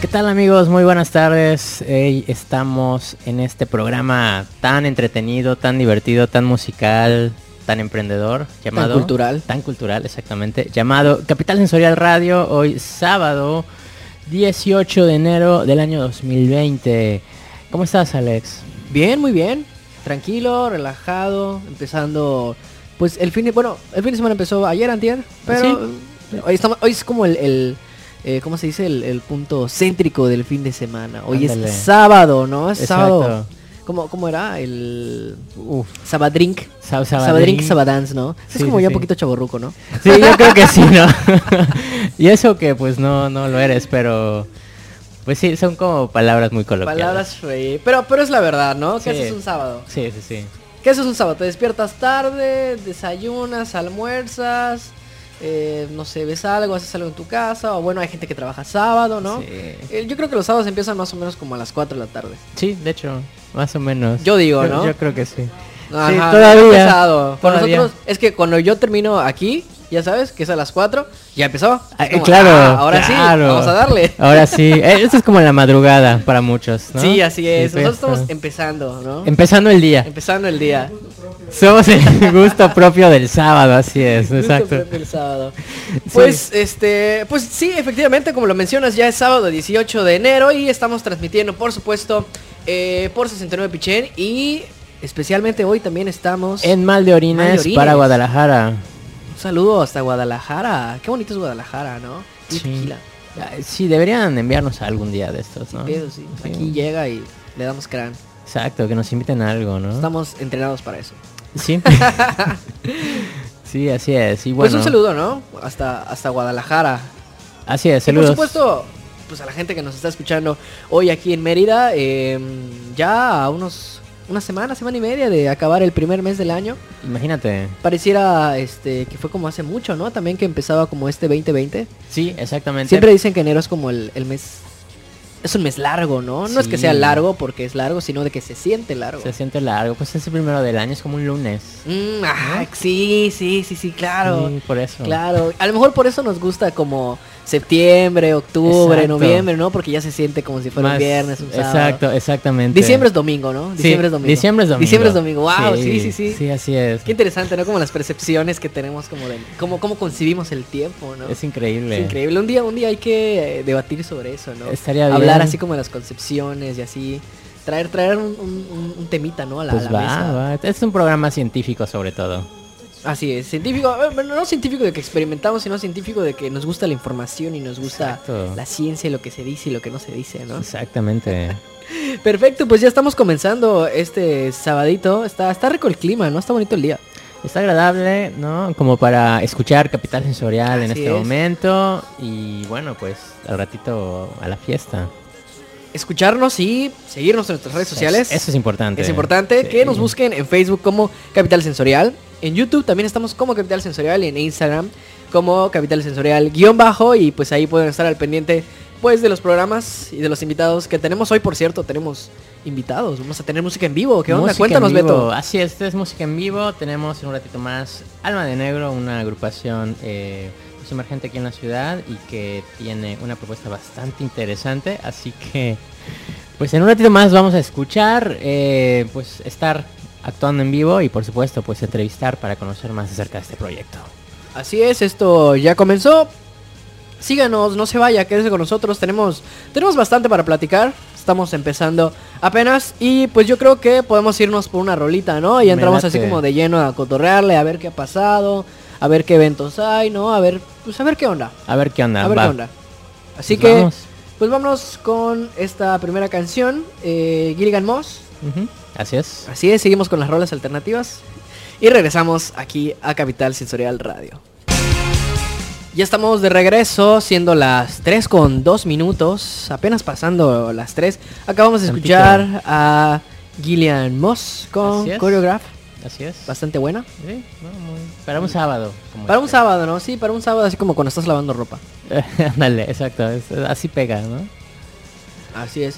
¿Qué tal amigos? Muy buenas tardes. Hey, estamos en este programa tan entretenido, tan divertido, tan musical, tan emprendedor, llamado... Tan cultural. Tan cultural, exactamente. Llamado Capital Sensorial Radio, hoy sábado 18 de enero del año 2020. ¿Cómo estás Alex? Bien, muy bien. Tranquilo, relajado, empezando... Pues el fin de... Bueno, el fin de semana empezó ayer, antier, ¿Ah, pero... eh, Hoy, estamos, hoy es como el... el, eh, ¿Cómo se dice? El, el punto céntrico del fin de semana. Hoy Ándale. es sábado, ¿no? Es sábado. Exacto. ¿Cómo, ¿Cómo era? El... Uf. Sabadrink. Sab- Sabadrink, Sabadance, ¿no? Sí, es como sí, ya sí. un poquito chaborruco, ¿no? Sí, yo creo que sí, ¿no? y eso que pues no, no lo eres, pero pues sí, son como palabras muy coloquiales. Palabras rey. Pero, pero es la verdad, ¿no? Sí. Que haces un sábado. Sí, sí, sí. Que eso es un sábado? Te despiertas tarde, desayunas, almuerzas, eh, no sé, ves algo, haces algo en tu casa, o bueno, hay gente que trabaja sábado, ¿no? Sí. Eh, yo creo que los sábados empiezan más o menos como a las 4 de la tarde. Sí, de hecho, más o menos. Yo digo, Yo- ¿no? Yo creo que sí. sí, Ajá, todavía. pesado. Con todavía. nosotros, es que cuando yo termino aquí, ya sabes, que es a las 4, ya empezó. Ah, Es eh, como, claro, ah, ahora claro. sí, vamos a darle. Ahora sí. Eh, Esto es como la madrugada para muchos, ¿no? Sí, así es. Sí, Em- Nosotros pues, estamos Em-, empezando, ¿no? Empezando el día. Empezando el día. Somos el gusto propio del sábado, así es, Justo exacto. prende el sábado. Pues este, pues sí, efectivamente, como lo mencionas, ya es sábado 18 de enero y estamos transmitiendo, por supuesto, eh, por 69 Pichén y especialmente hoy también estamos. En Mal de Orines, Mal de Orines. para Guadalajara. Un saludo hasta Guadalajara. Qué bonito es Guadalajara, ¿no? Y Sí. tequila. Ah, Sí, deberían enviarnos algún día de estos, ¿no? Pedo, sí. Ah, Sí. Aquí llega y le damos crán. Exacto, que nos inviten a algo, ¿no? Estamos entrenados para eso. Sí. sí, así es. Y Pues bueno, un saludo, ¿no? Hasta hasta Guadalajara. Así es, Y por saludos. supuesto, pues a la gente que nos está escuchando hoy aquí en Mérida, eh, ya a unos una semana, semana y media de acabar el primer mes del año. Imagínate. Pareciera este que fue como hace mucho, ¿no? También que empezaba como este 2020. Sí, exactamente. Siempre dicen que enero es como el, el mes es un mes largo, ¿no? No es que Sí. sea largo porque es largo, sino de que se siente largo. se siente largo. Pues es el primero del año, es como un lunes. Mm, ajá, sí, sí, sí, sí, claro. Sí, por eso. Claro, a lo mejor por eso nos gusta como septiembre, octubre, Exacto. noviembre, ¿no? Porque ya se siente como si fuera Más- un viernes, un sábado. Exacto, exactamente. Diciembre es domingo, ¿no? Sí, Diciembre es domingo. Diciembre es domingo. Diciembre es domingo. Wow, sí, sí, sí. Sí, así es. Qué interesante, ¿no? Como las percepciones que tenemos como del cómo cómo concibimos el tiempo, ¿no? Es increíble. Es increíble. Un día un día hay que eh, debatir sobre eso, ¿no? Estaría bien. Hablar así como de las concepciones y así traer traer un, un- un- un temita, ¿no? A la, a Pues la va, mesa. va. Es un programa científico sobre todo. Así es, científico, eh, bueno, no científico de que experimentamos, sino científico de que nos gusta la información y nos gusta Exacto. la ciencia y lo que se dice y lo que no se dice, ¿no? Exactamente. Perfecto, pues ya estamos comenzando este sabadito. Está, está rico el clima, ¿no? Está bonito el día. Está agradable, ¿no? Como para escuchar Capital Sensorial en Así este es. momento. Y bueno, pues al ratito a la fiesta. Escucharnos y seguirnos en nuestras redes sociales. Eso es importante. Es importante Sí. que nos busquen en Facebook como Capital Sensorial. En YouTube también estamos como Capital Sensorial y en Instagram como Capital Sensorial guión bajo y pues ahí pueden estar al pendiente pues de los programas y de los invitados que tenemos hoy, por cierto, tenemos invitados. Vamos a tener música en vivo. ¿Qué onda? Música en Cuéntanos, vivo. Beto. Así es, esta es música en vivo. Tenemos en un ratito más Alma de Negro, una agrupación eh, pues, emergente aquí en la ciudad y que tiene una propuesta bastante interesante. Así que, pues en un ratito más vamos a escuchar, eh, pues estar actuando en vivo y por supuesto, pues entrevistar para conocer más acerca de este proyecto. Así es, esto ya comenzó. Síganos, no se vaya, quédese con nosotros. Tenemos, tenemos bastante para platicar. Estamos empezando apenas. Y pues yo creo que podemos irnos por una rolita, ¿no? Y Me entramos late. así como de lleno a cotorrearle, a ver qué ha pasado, a ver qué eventos hay, ¿no? A ver, pues a ver qué onda. A ver qué onda. A ver va. qué onda. Así Pues que, vamos. pues vámonos con esta primera canción, eh, Gilligan Moss. Ujú, Así es. Así es, seguimos con las rolas alternativas y regresamos aquí a Capital Sensorial Radio. Ya estamos de regreso, siendo las 3 con 2 minutos, apenas pasando las 3. Acabamos de Tantito. escuchar a Gillian Moss con Así es. Choreograph, Así es. bastante buena. Sí, no, muy- Para un sábado. como Para un este. sábado, ¿no? Sí, para un sábado, así como cuando estás lavando ropa. Ándale, exacto. es- así pega, ¿no? Así es.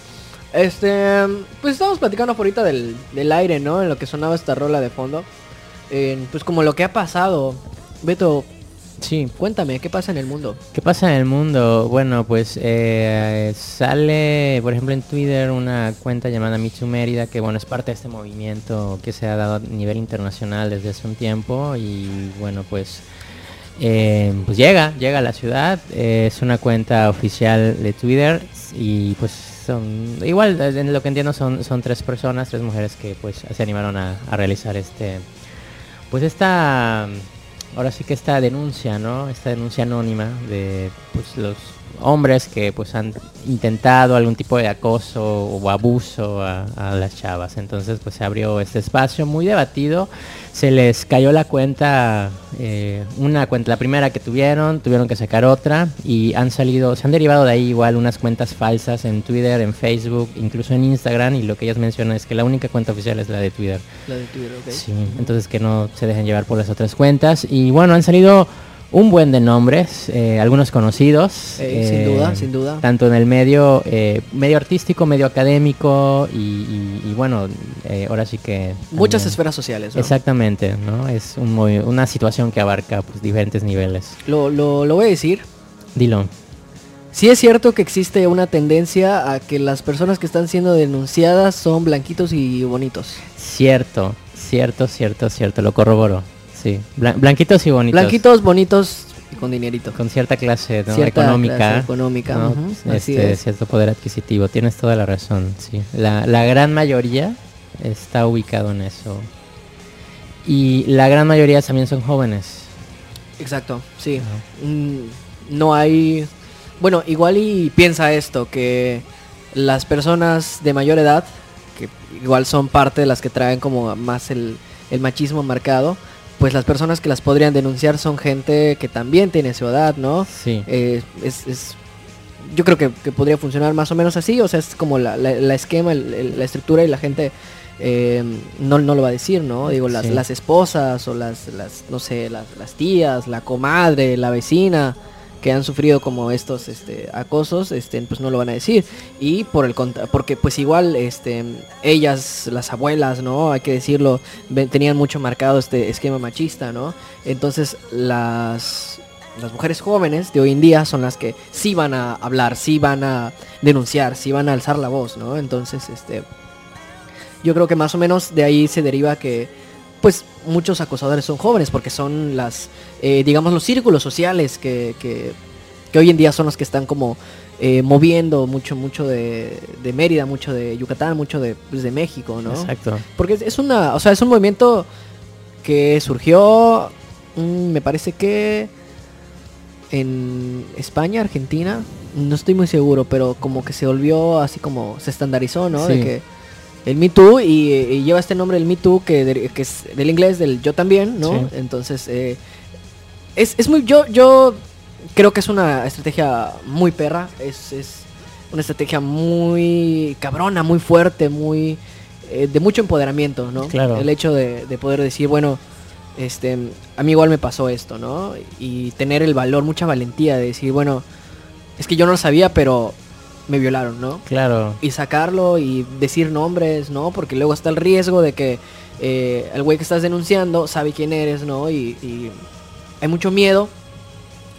Este, pues estamos platicando por ahorita del, del aire, ¿no? En lo que sonaba esta rola de fondo. En, pues como lo que ha pasado. Beto, Sí. Cuéntame, ¿qué pasa en el mundo? ¿Qué pasa en el mundo? Bueno, pues eh, sale, por ejemplo, en Twitter una cuenta llamada Mitsu Mérida, que bueno, es parte de este movimiento que se ha dado a nivel internacional desde hace un tiempo y bueno, pues, eh, pues llega, llega a la ciudad, eh, es una cuenta oficial de Twitter y pues son, igual, en lo que entiendo son, son tres personas, tres mujeres que pues se animaron a, a realizar este, pues esta ahora sí que esta denuncia, ¿no? Esta denuncia anónima de pues, los hombres que pues han intentado algún tipo de acoso o abuso a, a las chavas. Entonces pues se abrió este espacio muy debatido. Se les cayó la cuenta, eh, una cuenta, la primera que tuvieron, tuvieron que sacar otra y han salido, se han derivado de ahí igual unas cuentas falsas en Twitter, en Facebook, incluso en Instagram y lo que ellas mencionan es que la única cuenta oficial es la de Twitter. La de Twitter, ok. Sí, entonces que no se dejen llevar por las otras cuentas. Y bueno, han salido un buen de nombres, eh, algunos conocidos. Eh, sin eh, duda, sin duda. Tanto en el medio, eh, medio artístico, medio académico y, y- y bueno, eh, ahora sí que... Muchas también- esferas sociales, ¿no? Exactamente, ¿no? Es un movi- una situación que abarca pues, diferentes niveles. Lo, lo, lo voy a decir. Dilo. Sí es cierto que existe una tendencia a que las personas que están siendo denunciadas son blanquitos y bonitos. Cierto, cierto, cierto, cierto, lo corroboro. Sí, Blan- blanquitos y bonitos. Blanquitos, bonitos y con dinerito. Con cierta clase ¿no? Cierta económica. clase económica, ¿no? ujú, así Este, es. Cierto poder adquisitivo. Tienes toda la razón, sí. La, la gran mayoría está ubicado en eso. Y la gran mayoría también son jóvenes. Exacto, sí. Mm, No hay... Bueno, igual y piensa esto, que las personas de mayor edad, que igual son parte de las que traen como más el, el machismo marcado, pues las personas que las podrían denunciar son gente que también tiene su edad, ¿no? Sí. Eh, es, es- yo creo que, que podría funcionar más o menos así, o sea, es como la, la- la esquema, el- el- la estructura y la gente eh, no, no lo va a decir, ¿no? Digo, las, Sí. las esposas o las, las no sé, las, las tías, la comadre, la vecina que han sufrido como estos este, acosos, este, pues no lo van a decir. Y por el contra porque pues igual este, ellas, las abuelas, ¿no? Hay que decirlo, ve- tenían mucho marcado este esquema machista, ¿no? Entonces las, las mujeres jóvenes de hoy en día son las que sí van a hablar, sí van a denunciar, sí van a alzar la voz, ¿no? Entonces, este, yo creo que más o menos de ahí se deriva que, pues, muchos acosadores son jóvenes porque son las, eh, digamos, los círculos sociales que, que, que hoy en día son los que están como eh, moviendo mucho, mucho de, de Mérida, mucho de Yucatán, mucho de, pues, de México, ¿no? Exacto. Porque es- es una, o sea, es un movimiento que surgió, mm, me parece que en España, Argentina, no estoy muy seguro, pero como que se volvió así como se estandarizó, ¿no? De Sí. que el Me Too y, y lleva este nombre el Me Too que, de- que es del inglés del yo también, ¿no? Sí. Entonces eh, es, es muy yo yo creo que es una estrategia muy perra, es, es una estrategia muy cabrona, muy fuerte, muy eh, de mucho empoderamiento, ¿no? Claro. El hecho de, de poder decir, bueno, este, a mí igual me pasó esto, ¿no? Y tener el valor, mucha valentía de decir, bueno, es que yo no lo sabía, pero me violaron, ¿no? Claro. y sacarlo y decir nombres, ¿no? Porque luego está el riesgo de que eh, el güey que estás denunciando sabe quién eres, ¿no? Y, y hay mucho miedo,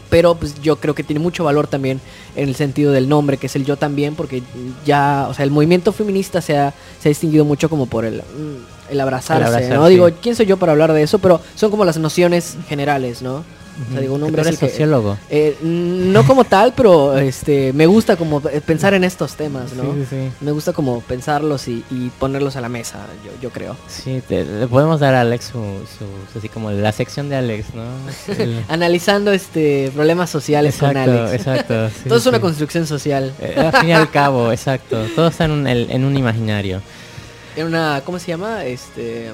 pero pues yo creo que tiene mucho valor también en el sentido del nombre, que es el yo también, porque ya, o sea, el movimiento feminista se ha, se ha distinguido mucho como por el, mm, el El abrazarse, abrazar, ¿no? sí. Digo, ¿quién soy yo para hablar de eso? Pero son como las nociones generales, ¿no? O sea, digo, un Tú hombre es eres el que- sociólogo. eh, no como tal, pero este me gusta como eh, pensar en estos temas, ¿no? Sí, sí, sí. Me gusta como pensarlos y, y ponerlos a la mesa, yo, yo creo. Sí, te- le podemos dar a Alex su, su- su- así como la sección de Alex, ¿no? El- Analizando este problemas sociales exacto, con Alex. exacto. sí, Todo es una sí. construcción social. Eh, al fin y al cabo, exacto. Todo está en un, el- en un imaginario. En una, ¿cómo se llama? Este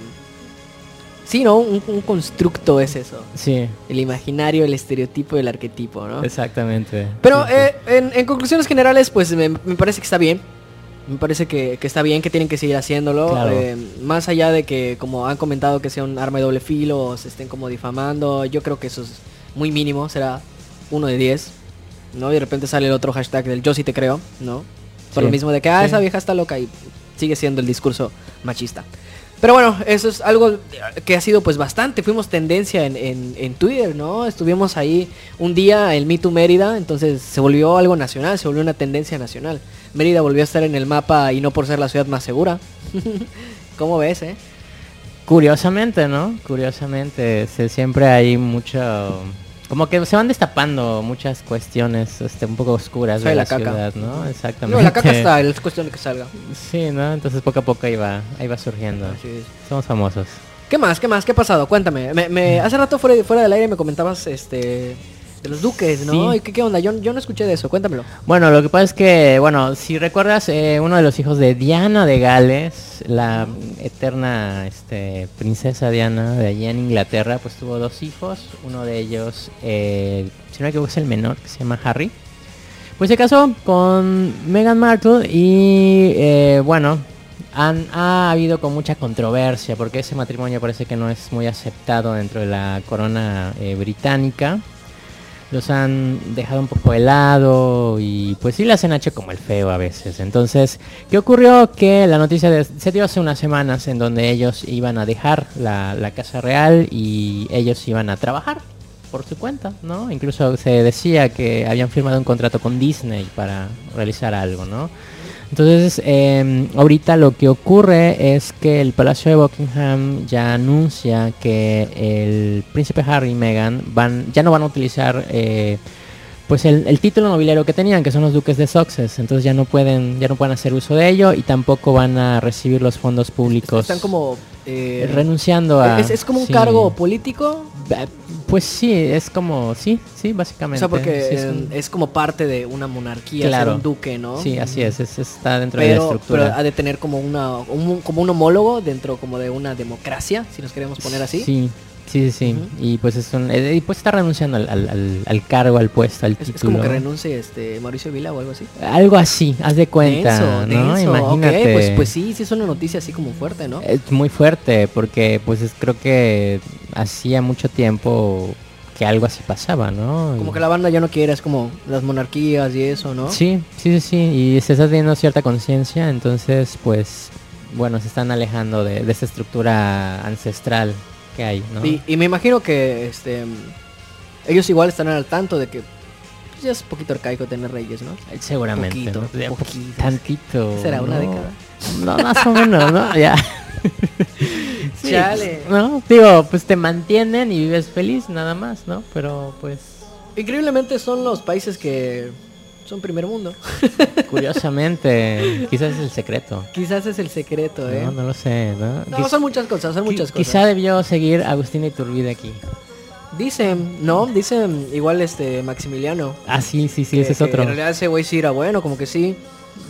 Sí, ¿no? Un, un constructo es eso. Sí, El imaginario, el estereotipo y el arquetipo, ¿no? exactamente. Pero Sí, sí. eh, en, en conclusiones generales, pues me, me parece que está bien. Me parece que, que está bien, que tienen que seguir haciéndolo. Claro. Eh, más allá de que, como han comentado, que sea un arma de doble filo o se estén como difamando, yo creo que eso es muy mínimo, será uno de 10. ¿no? Y de repente sale el otro hashtag del yo sí te creo, ¿no? Sí. Por lo mismo de que, ah, Sí. esa vieja está loca y sigue siendo el discurso machista. Pero bueno, eso es algo eh, que ha sido pues bastante. Fuimos tendencia en, en- en Twitter, ¿no? Estuvimos ahí un día el Me Too Mérida, entonces se volvió algo nacional, se volvió una tendencia nacional. Mérida volvió a estar en el mapa y no por ser la ciudad más segura. ¿Cómo ves, eh? Curiosamente, ¿no? Curiosamente, se- siempre hay mucho... Como que se van destapando muchas cuestiones este, un poco oscuras Soy de la la, caca. ciudad, ¿no? Exactamente. No, la caca está, es cuestión de que salga. Sí, ¿no? Entonces poco a poco ahí va, ahí va surgiendo. Así es. Somos famosos. ¿Qué más? ¿Qué más? ¿Qué ha pasado? Cuéntame. Me, Mm. me- hace rato fuera, fuera del aire me comentabas este de los duques, ¿no? Sí. ¿Y qué, qué onda? Yo, yo no escuché de eso, cuéntamelo. Bueno, lo que pasa es que, bueno, si recuerdas, eh, uno de los hijos de Diana de Gales, la eterna este, princesa Diana de allí en Inglaterra, pues tuvo dos hijos. Uno de ellos, eh, si no me equivoco, es el menor, que se llama Harry. Pues se casó con Meghan Markle y, eh, bueno, han, ha habido con mucha controversia porque ese matrimonio parece que no es muy aceptado dentro de la corona eh, británica los han dejado un poco helado y pues sí las han hecho como el feo a veces. Entonces, ¿qué ocurrió? Que la noticia de- se dio hace unas semanas en donde ellos iban a dejar la, la Casa Real y ellos iban a trabajar por su cuenta, ¿no? Incluso se decía que habían firmado un contrato con Disney para realizar algo, ¿no? Entonces, eh, ahorita lo que ocurre es que el Palacio de Buckingham ya anuncia que el príncipe Harry y Meghan van, ya no van a utilizar eh, pues el, el título nobiliario que tenían, que son los duques de Sussex. Entonces ya no pueden, ya no pueden hacer uso de ello y tampoco van a recibir los fondos públicos. Están como eh, eh, renunciando a. es, es como un sí. cargo político, Ba- Pues sí, es como, sí, sí, o básicamente. sea, porque Sí, es eh, un- es, como parte de una monarquía, Claro. ser un duque, ¿no? sí, así es, es- está dentro de la Pero, pero estructura. ha de tener como una un- como un homólogo dentro como de una democracia, si nos queremos poner así. Sí, sí, sí. sí. Ujú. Y pues es un, eh, y pues está renunciando al, al- al- al cargo, al puesto, al Es, título. es como que renuncie este Mauricio Vila o algo así. Algo así, haz de cuenta, Denso, ¿no? denso. Ok, Imagínate. Eh, pues, pues sí, sí es una noticia así como fuerte, ¿no? Es muy fuerte porque pues es- creo que hacía mucho tiempo que algo así pasaba, ¿no? Como que la banda ya no quiere, es como las monarquías y eso, ¿no? Sí, sí, sí, sí. Y se está teniendo cierta conciencia, entonces pues bueno, se están alejando de, de esa estructura ancestral que hay, ¿no? Y, y me imagino que este ellos igual estarán al tanto de que pues, ya es un poquito arcaico tener reyes, ¿no? Seguramente. Poquito, ¿no? De- poquito. Tantito. ¿Será una ¿no? década? No, más o menos, ¿no? Ya. Sí, Chale. ¿No? Digo, pues te mantienen y vives feliz, nada más, ¿no? Pero pues Increíblemente son los países que son primer mundo. curiosamente, quizás es el secreto. Quizás es el secreto, ¿eh? No, no lo sé, ¿no? No, Quiz- son muchas cosas, son qui- muchas cosas. Quizá debió seguir Agustín Iturbide aquí. Dicen, no, dicen igual este Maximiliano. Ah, sí, sí, sí, que- ese es que otro. En realidad ese güey sí era bueno, como que sí.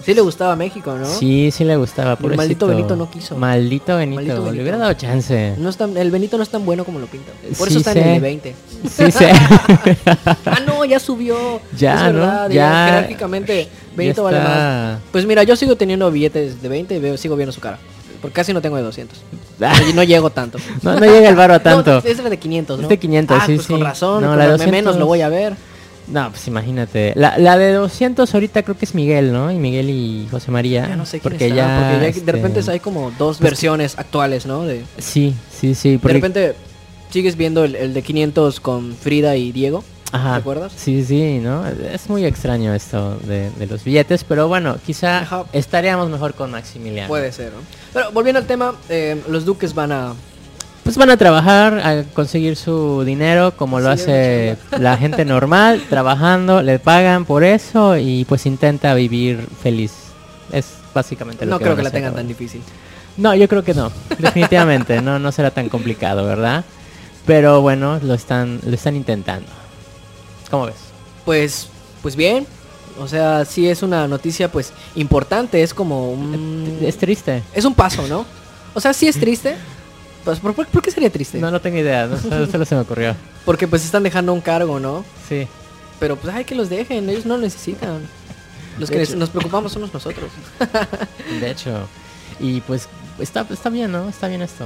Sí le gustaba México, ¿no? Sí, sí le gustaba, Y el pobrecito. maldito Benito no quiso. Maldito Benito, Maldito Benito. le hubiera dado chance. No es tan- el Benito no es tan bueno como lo pintan. Por Sí eso está en sé. el 20. Sí, sí. Ah, no, ya subió. Ya, Es verdad, ¿no? ya Ya. Jerárquicamente, Benito Ya vale más. está. Pues mira, yo sigo teniendo billetes de 20 y veo, sigo viendo su cara. Porque casi no tengo de 200. Ah. Y no llego tanto. No, no llega el varo a No, tanto. es la de 500, ¿no? Es de 500, ah, sí, pues con sí. razón. No, con la la- 200. menos lo voy a ver. No, pues imagínate. La, la de 200 ahorita creo que es Miguel, ¿no? Y Miguel y José María. Ya no sé quién porque está, ya, porque ya de este, repente hay como dos versiones actuales, ¿no? De, Sí, sí, sí. de porque- repente sigues viendo el, el de 500 con Frida y Diego. Ajá. ¿Te acuerdas? Sí, sí, ¿no? Es muy extraño esto de, de los billetes, pero bueno, quizá Ajá. estaríamos mejor con Maximiliano. Puede ser, ¿no? Pero volviendo al tema, eh, los duques van a... Pues van a trabajar, a conseguir su dinero como lo Sí, hace la gente normal, trabajando, le pagan por eso y pues intenta vivir feliz. Es básicamente lo No que creo van que a la hacer tengan ahora. tan difícil. No, yo creo que no. Definitivamente, no, no será tan complicado, ¿verdad? Pero bueno, lo están, lo están intentando. ¿Cómo ves? Pues, pues bien. O sea, sí es una noticia, pues, importante. Es como un... Eh, Es triste. Es un paso, ¿no? O sea, sí es triste. Pues, ¿por, por- por qué sería triste? No, no tengo idea. No, solo, solo se me ocurrió. Porque pues están dejando un cargo, ¿no? Sí. Pero pues hay que los dejen, ellos no lo necesitan. Los De que hecho. nos preocupamos somos nosotros. De hecho. Y pues está, está bien, ¿no? Está bien esto.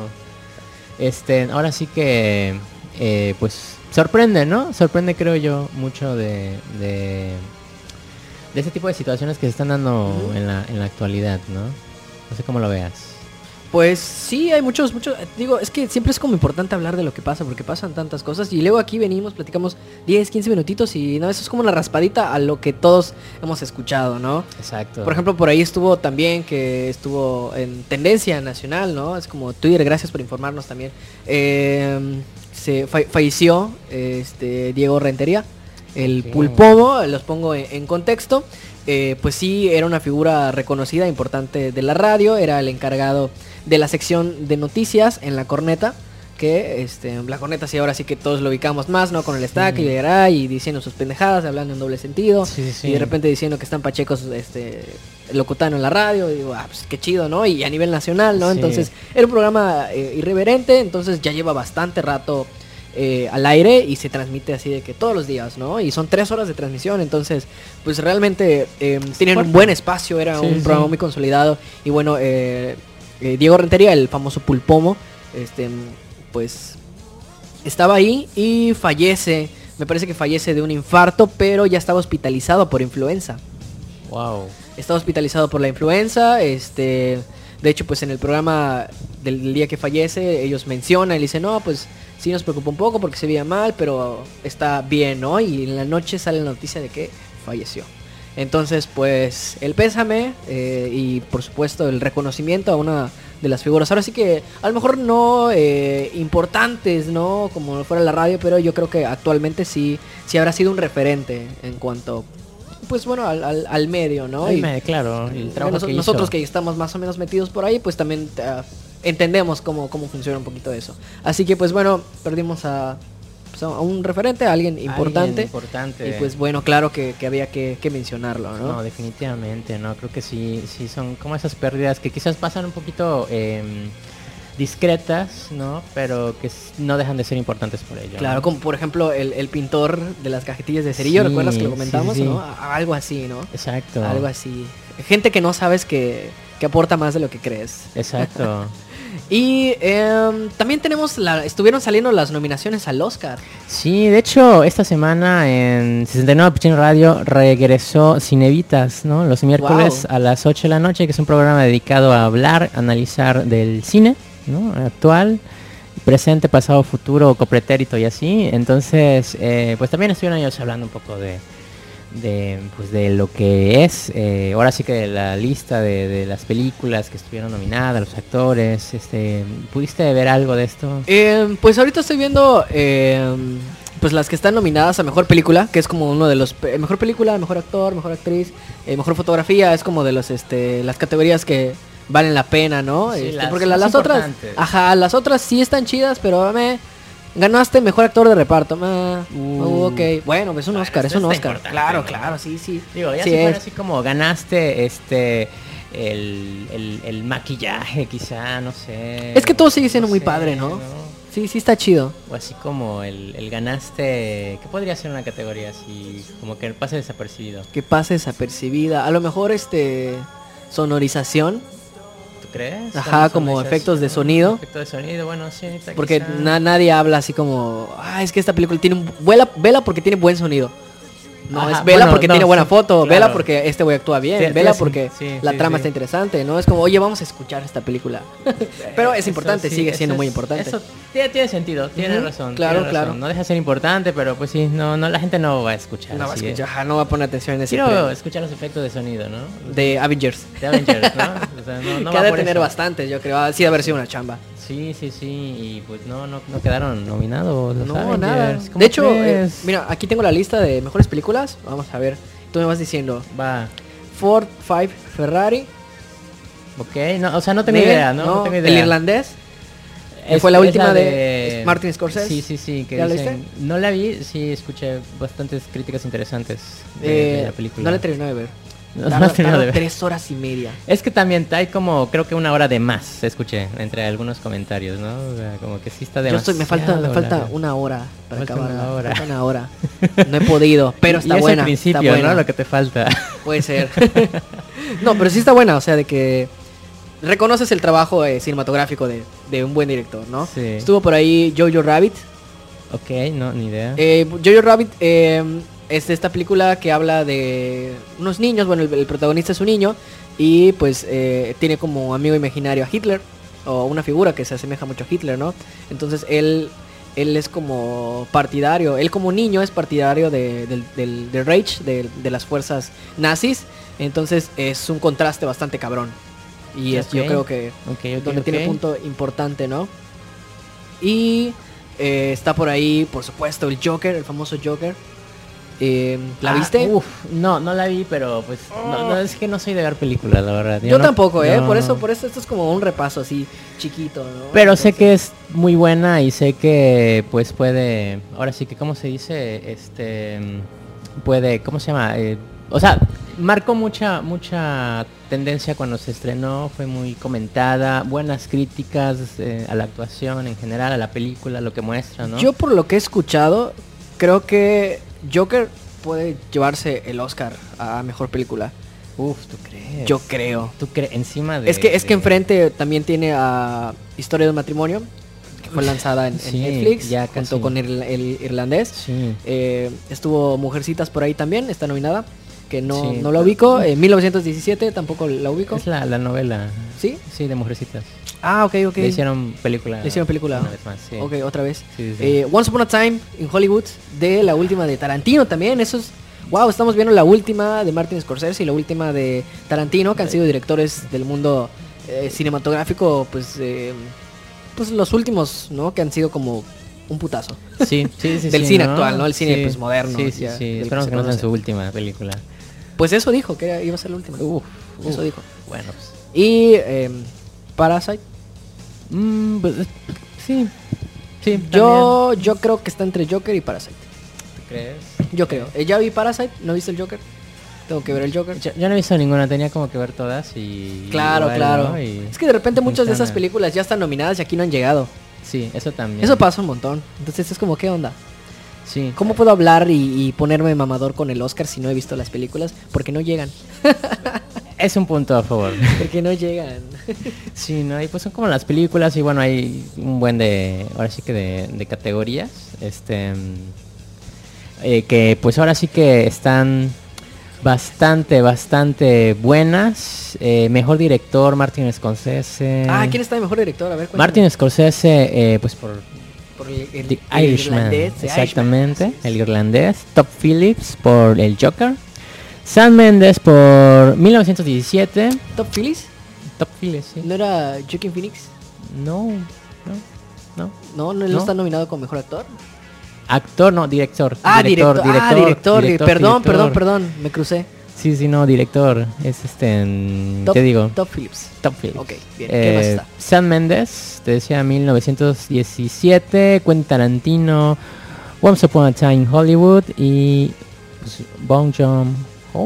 Este, ahora sí que eh, pues sorprende, ¿no? Sorprende creo yo mucho de, de, de ese tipo de situaciones que se están dando Ujú. en, la, en la actualidad, ¿no? No sé cómo lo veas. Pues sí, hay muchos, muchos. Digo, es que siempre es como importante hablar de lo que pasa, porque pasan tantas cosas. Y luego aquí venimos, platicamos 10, 15 minutitos y no, eso es como una raspadita a lo que todos hemos escuchado, ¿no? Exacto. Por ejemplo, por ahí estuvo también que estuvo en tendencia nacional, ¿no? Es como Twitter, gracias por informarnos también. Eh, se fa- falleció este Diego Rentería, el Sí. pulpomo, los pongo e-, en, en contexto. Eh, pues sí, era una figura reconocida, importante de la radio, era el encargado de la sección de noticias en la corneta. Que este, la corneta sí, ahora sí que todos lo ubicamos más, ¿no? Con el stack Sí. y llegará y diciendo sus pendejadas, hablando en doble sentido. Sí, sí, sí. Y de repente diciendo que están pachecos este locutando en la radio y digo ah pues qué chido no y a nivel nacional no Sí. entonces era un programa eh, irreverente entonces ya lleva bastante rato eh, al aire y se transmite así de que todos los días no y son tres horas de transmisión entonces pues realmente eh, tienen fuerte. un buen espacio era Sí, un sí. programa muy consolidado y bueno eh, eh, Diego Rentería el famoso pulpomo este pues estaba ahí y fallece me parece que fallece de un infarto pero ya estaba hospitalizado por influenza Wow. está hospitalizado por la influenza. Este, de hecho, pues en el programa del, del día que fallece, ellos mencionan y dicen, no, pues sí nos preocupa un poco porque se veía mal, pero está bien, ¿no? Y en la noche sale la noticia de que falleció. Entonces, pues el pésame eh, y por supuesto el reconocimiento a una de las figuras. Ahora sí que a lo mejor no eh, importantes, ¿no? Como lo fuera la radio, pero yo creo que actualmente sí, sí habrá sido un referente en cuanto, pues bueno, al, al- al medio, ¿no? Ay, Y- me- claro, el trabajo Noso- que hizo. nosotros que estamos más o menos metidos por ahí, pues también ah, entendemos cómo, cómo funciona un poquito eso. Así que pues bueno, perdimos a, pues, a un referente, a alguien importante. Alguien importante. Y pues bueno, claro que, que había que, que mencionarlo, ¿no? No, definitivamente, no. Creo que sí, sí son como esas pérdidas que quizás pasan un poquito em, discretas, ¿no? Pero que s- no dejan de ser importantes por ello. Claro, ¿no? como por ejemplo el, el pintor de las cajetillas de cerillo, Sí, ¿recuerdas que lo sí, comentamos? sí, sí. ¿no? A- Algo así, ¿no? Exacto. Algo así. Gente que no sabes que, que aporta más de lo que crees. Exacto. Y em, también tenemos, la, estuvieron saliendo las nominaciones al Oscar. Sí, de hecho, esta semana en 69 Radio regresó Cinevitas, ¿no? Los miércoles a las 8 de la noche, que es un programa dedicado a hablar, analizar del cine, ¿no? Actual, presente, pasado, futuro, copretérito y así. Entonces, eh, pues también estuvieron ellos hablando un poco de, de, pues, de lo que es, eh, ahora sí que de la lista de, de las películas que estuvieron nominadas, los actores, este, ¿pudiste ver algo de esto? Eh, pues ahorita estoy viendo eh, pues las que están nominadas a mejor película, que es como uno de los pe- mejor película, mejor actor, mejor actriz, eh, mejor fotografía, es como de los este las categorías que valen la pena, ¿no? Sí, Este, las porque la- más las otras, importantes. ajá, las otras sí están chidas, pero me ganaste mejor actor de reparto. meh, Uh. ok, bueno, pues es un Bueno, Oscar, es esto un está Oscar. importante, Claro, ¿no? claro, sí, sí. Digo, ya Sí si fuera es. así como ganaste este el, el, el maquillaje quizá, no sé. Es que todo o- sigue siendo muy padre, ¿no? Sí, sí está chido. O así como el, el ganaste, ¿qué podría ser una categoría así? Como que pase desapercibido, Que pase desapercibida. A lo mejor este sonorización ¿tú crees? Ajá, Cuando como sonrisas, efectos de ¿no? sonido. Efectos de sonido, bueno, sí. ahorita Porque quizá. na- nadie habla así como, ah, es que esta película tiene un... Vela, vela porque tiene buen sonido. No, Ajá, es vela bueno, porque no, tiene buena sí, foto, vela claro. porque este güey actúa bien, Sí, sí, vela sí, porque sí, la sí, trama sí. está interesante, ¿no? Es como, oye, vamos a escuchar esta película. Pero es Eso importante, sí, sigue eso siendo muy es- importante. Eso tiene, tiene sentido, tiene Ujú, razón. claro, tiene razón. claro. No deja de ser importante, pero pues sí, no, no, la gente no va a escuchar. no va a así, escuchar, ajá, no va a poner atención en ese Quiero premio escuchar los efectos de sonido, ¿no? de Avengers. De Avengers, ¿no? O sea, no- no que va ha de por tener eso. bastantes, yo creo. Ah, Sí, de haber sido una chamba. Sí, sí, sí. Y pues no, no, no quedaron nominados. los No, Avengers. nada. ¿Cómo De hecho, eh, crees? mira, aquí tengo la lista de mejores películas. Vamos a ver, tú me vas diciendo. Va. Ford, Five, Ferrari, Ok, no, o sea, no tengo Megan, idea, ¿no? No, tengo idea. El irlandés. que Es- fue la es última de Martin Scorsese. Sí, sí, sí. Que ¿Ya la dicen... No la vi, sí escuché bastantes críticas interesantes de, de eh, la película. No la terminé de ver. No, no la Tarda- terminé tarda de ver. tres horas y media. Es que también hay como, creo que una hora de más, escuché, entre algunos comentarios, ¿no? O sea, como que sí está Yo estoy, demasiado. me falta, me falta larga. una hora para Falta acabar. una hora. Falta una hora. No he podido, pero Y está es buena. el principio, está buena. ¿no? Lo que te falta. Puede ser. no, pero sí está buena, o sea, de que reconoces el trabajo eh, cinematográfico de, de un buen director, ¿no? Sí. Estuvo por ahí Jojo Rabbit. ok, no, ni idea. Eh, Jojo Rabbit eh, es esta película que habla de unos niños, bueno, el, el protagonista es un niño y pues eh, tiene como amigo imaginario a Hitler. o una figura que se asemeja mucho a Hitler, ¿no? Entonces él, él es como partidario, él como niño es partidario de- del, del- del Reich, de, de las fuerzas nazis, entonces es un contraste bastante cabrón. Y es, yo Ok. creo que Ok, ok, donde tiene ok. punto importante, ¿no? Y eh, está por ahí, por supuesto, el Joker, el famoso Joker. Eh, ¿La Ah, viste? Uf, no, no la vi, pero pues no, no, es que no soy de ver películas, la verdad. yo no- tampoco, ¿eh? no, Por no. eso, por eso esto es como un repaso así chiquito, ¿no? Pero sé Entonces, que es muy buena y sé que pues puede, ahora sí que cómo se dice, este, mm, puede, ¿cómo se llama? Eh, o sea, marcó mucha, mucha tendencia cuando se estrenó, fue muy comentada, buenas críticas eh, a la actuación en general, a la película, lo que muestra, ¿no? Yo por lo que he escuchado, creo que Joker puede llevarse el Oscar a mejor película. Uf, ¿tú crees? Yo creo. ¿Tú crees? Encima de... es que es que de- enfrente también tiene a Historia de un matrimonio, que fue lanzada en, en Sí, Netflix, ya junto casi. con el, el irlandés. Sí. Eh, estuvo Mujercitas por ahí también, está nominada, que no, Sí. no la ubico. Eh, En 1917 tampoco la ubico. Es la, la novela. ¿Sí? Sí, de Mujercitas. Ah, ok, ok. Le hicieron película. Le hicieron película. Una vez más, sí. Ok, otra vez. Sí, sí, sí. Eh, Once Upon a Time in Hollywood, de la última de Tarantino también. Eso es. Wow, estamos viendo la última de Martin Scorsese y la última de Tarantino, que han sido directores del mundo eh, cinematográfico, pues, eh, pues los últimos, ¿no? Que han sido como un putazo. Sí, sí, sí. Del sí, cine actual, ¿no? El cine, pues, moderno, Sí, sí, ya, del sí. que Esperamos se que no sea conoce. su última película. Pues eso dijo, que era- iba a ser la última. Uf, Eso dijo. Bueno, pues. Y em, Parasite. mm, pues, eh, sí. Sí, Yo, yo creo que está entre Joker y Parasite. también. ¿Tú crees? Yo creo. Eh, Ya vi Parasite, no viste el Joker. Tengo que ver el Joker. Yo, yo no he visto ninguna, tenía como que ver todas y... Claro, igual, claro. ¿no? Y- Es que de repente muchas de esas funciona. películas ya están nominadas y aquí no han llegado. Sí, eso también. Eso pasa un montón. Entonces es como, ¿qué onda? Sí. ¿Cómo puedo hablar y, y ponerme mamador con el Oscar si no he visto las películas? Porque no llegan. Es un punto a favor. Porque no llegan. Eh. Sí, ¿no? Y pues son como las películas y bueno, hay un buen de, ahora sí que de, de categorías, este, mm, eh, que pues ahora sí que están bastante, bastante buenas. Eh, mejor director, Martin Scorsese. ah, ¿quién está de mejor director? A ver, cuéntame. Martin Scorsese, eh, pues por Por el, el- The el Irishman, irlandés, The exactamente, Irishman, así es. el irlandés. Top Phillips por El Joker. Sam Mendes por 1917. ¿Top Phillies? Top Phillips, sí. ¿No era Joaquin Phoenix? No, no, no. No, no, él no ¿No? está nominado como mejor actor. Actor, no, director. Ah, director, ah, director, director, perdón, perdón, perdón, me crucé. Sí, sí, no, director. Es este, en- Top, te digo, Top Phillips. Top Phillips. Ok, bien, ¿qué más Eh, está? Sam Mendes, te decía 1917, Quentin Tarantino, Once Upon a Time in Hollywood y pues, Bong Joon Ho,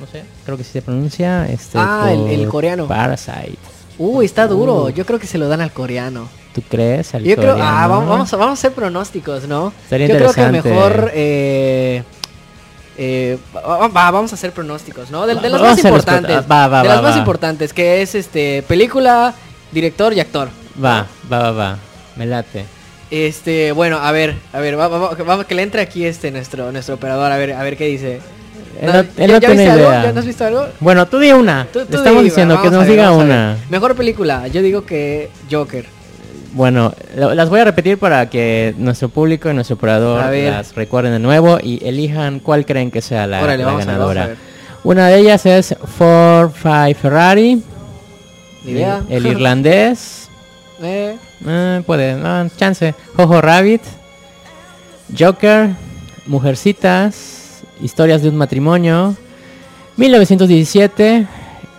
no sé, creo que sí se pronuncia. Este, Ah, el- el por coreano. Parasite. Uy, está duro. Uh. Yo creo que se lo dan al coreano. ¿Tú crees? al Yo creo, ah, coreano? vamos, vamos a, vamos a hacer pronósticos, ¿no? Estaría Yo creo que interesante. mejor eh, eh, va- va- vamos a hacer pronósticos, ¿no? De, de las Vamos a más hacer los importantes. pronto- va, va, de va, las más va. importantes, que es este película, director y actor. Va, va, va, va. Me late. Este, bueno, a ver, a ver, va- va- va- vamos que le entre aquí este nuestro nuestro operador, a ver, a ver qué dice. Él ¿No- no- él no ¿Ya, ya tiene viste algo? idea. ¿Ya no has visto algo? Bueno, tú di una. Tú- tú Le estamos di, diciendo va, que vamos nos a ver, diga vamos a ver. una. Mejor película, yo digo que Joker. Bueno, lo- las voy a repetir para que nuestro público y nuestro operador A ver. las recuerden de nuevo y elijan cuál creen que sea la, Órale, la vamos a ver, ganadora. vamos a Una de ellas es Ford Five Ferrari, Ni idea. el irlandés, Eh, eh, puede, ah, chance, Jojo Rabbit, Joker, Mujercitas, Historias de un matrimonio, 1917,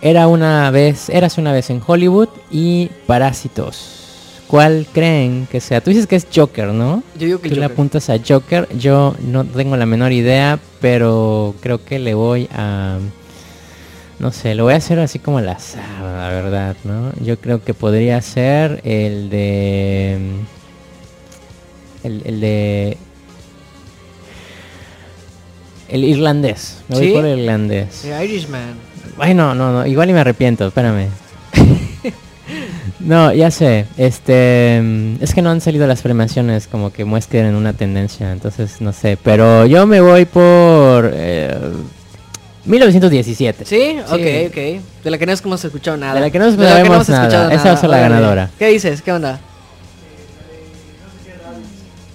era una vez, eras una vez en Hollywood y Parásitos. ¿Cuál creen que sea? Tú dices que es Joker, ¿no? yo digo que Tú el le Joker. apuntas a Joker. Yo no tengo la menor idea, pero creo que le voy a... No sé, lo voy a hacer así como al azar, la verdad, ¿no? Yo creo que podría ser el de... El, el de... El irlandés. Me voy ¿Sí? por el irlandés. The Eh, Irishman. Ay, no, no, no. Igual y me arrepiento, espérame. no, ya sé. Este. mm, Es que no han salido las premiaciones como que muestren una tendencia, entonces no sé. Pero yo me voy por. eh, 1917. ¿Sí? Ok, ok. De la que no hemos escuchado nada. De la que no De la que no sabemos nada. Esa va a ser la Órale. ganadora. ¿Qué dices? ¿Qué onda?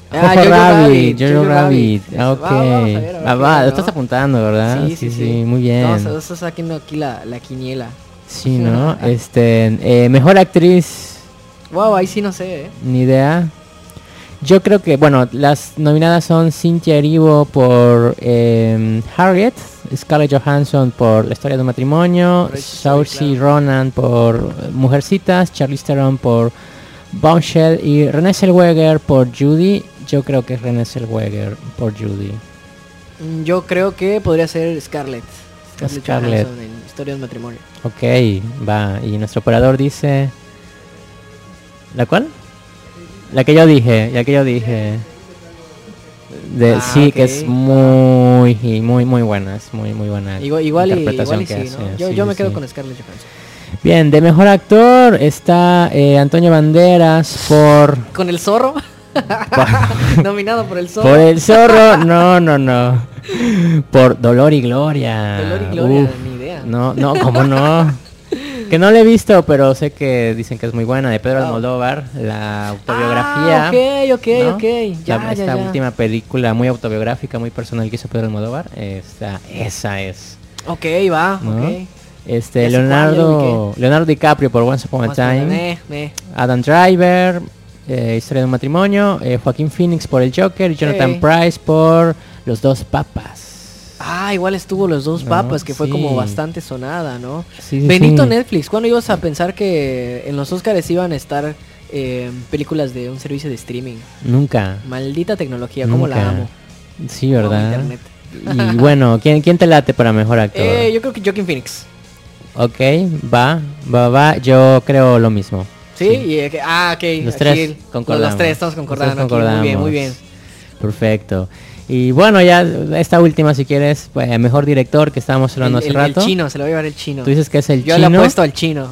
Ah, Jojo Rabbit, Jojo Rabbit. Ah, ok. Va, vamos a ver, a ver Ah, qué va, tal, lo ¿no? estás apuntando, ¿verdad? Sí, sí, sí. muy bien. Vamos a estar sacando aquí la, la quiniela. Sí, ¿no? Este, eh, mejor actriz, Wow, ahí sí no sé, ¿eh? ni idea. Yo creo que, bueno, las nominadas son Cynthia Erivo por eh, Harriet, Scarlett Johansson por La historia de un matrimonio, Correcto, sí, Saoirse Ronan por eh, Mujercitas, Charlize Theron por Bombshell y Renée Zellweger por Judy. Yo creo que es Renée Zellweger por Judy. Mm, Yo creo que podría ser Scarlett. Scarlett, Scarlett. Johansson en Historia de un matrimonio. Ok, va. Y nuestro operador dice... ¿La cual? La que yo dije, la que yo dije. De, Ah, sí, que es ok. muy, y muy, muy buena, es muy, muy buena. Igual, igual, y, interpretación igual y sí, que ¿no? hace, Yo, sí, yo me sí, quedo sí. con Scarlett Johansson. Bien, de mejor actor está eh, Antonio Banderas por... ¿Con el zorro? por- Nominado por el zorro. Por el zorro, no, no, no. Por Dolor y Gloria. Dolor y Gloria, Uf, ni idea. No, no, cómo no. Que no la he visto, pero sé que dicen que es muy buena, de Pedro Wow. Almodóvar, la autobiografía. Ah, ok, ok, ¿no? ok. La- Ya, ya, esta ya. última película muy autobiográfica, muy personal que hizo Pedro Almodóvar, esta, esa es. Ok, va, ¿no? ok. Este, Ya sé cuál, ya Leonardo, Leonardo DiCaprio por Once Upon a Más o menos, Time. eh, eh. Adam Driver, eh, Historia de un matrimonio, eh, Joaquín Phoenix por El Joker, y Jonathan Sí. Price por Los dos papas. Ah, igual estuvo los dos No, papas, que fue sí. como bastante sonada, ¿no? Sí, sí, Benito sí. Netflix, ¿cuándo ibas a pensar que en los Oscars iban a estar eh, películas de un servicio de streaming? Nunca. Maldita tecnología, como la nunca. amo. Sí, ¿verdad? internet. y bueno, ¿quién, ¿quién te late para mejor actor? Eh, yo creo que Joaquin Phoenix. Ok, va, va, va. Yo creo lo mismo. Sí, y, eh, que- ah, ok. Los aquí tres concordamos. Los tres estamos Los concordando. tres aquí, Muy bien, muy bien. concordamos. Perfecto. Y bueno, ya esta última, si quieres, pues, mejor director que estábamos hablando el, hace el- el rato. chino, se lo va a llevar el chino. Tú dices que es el yo chino. le apuesto al chino.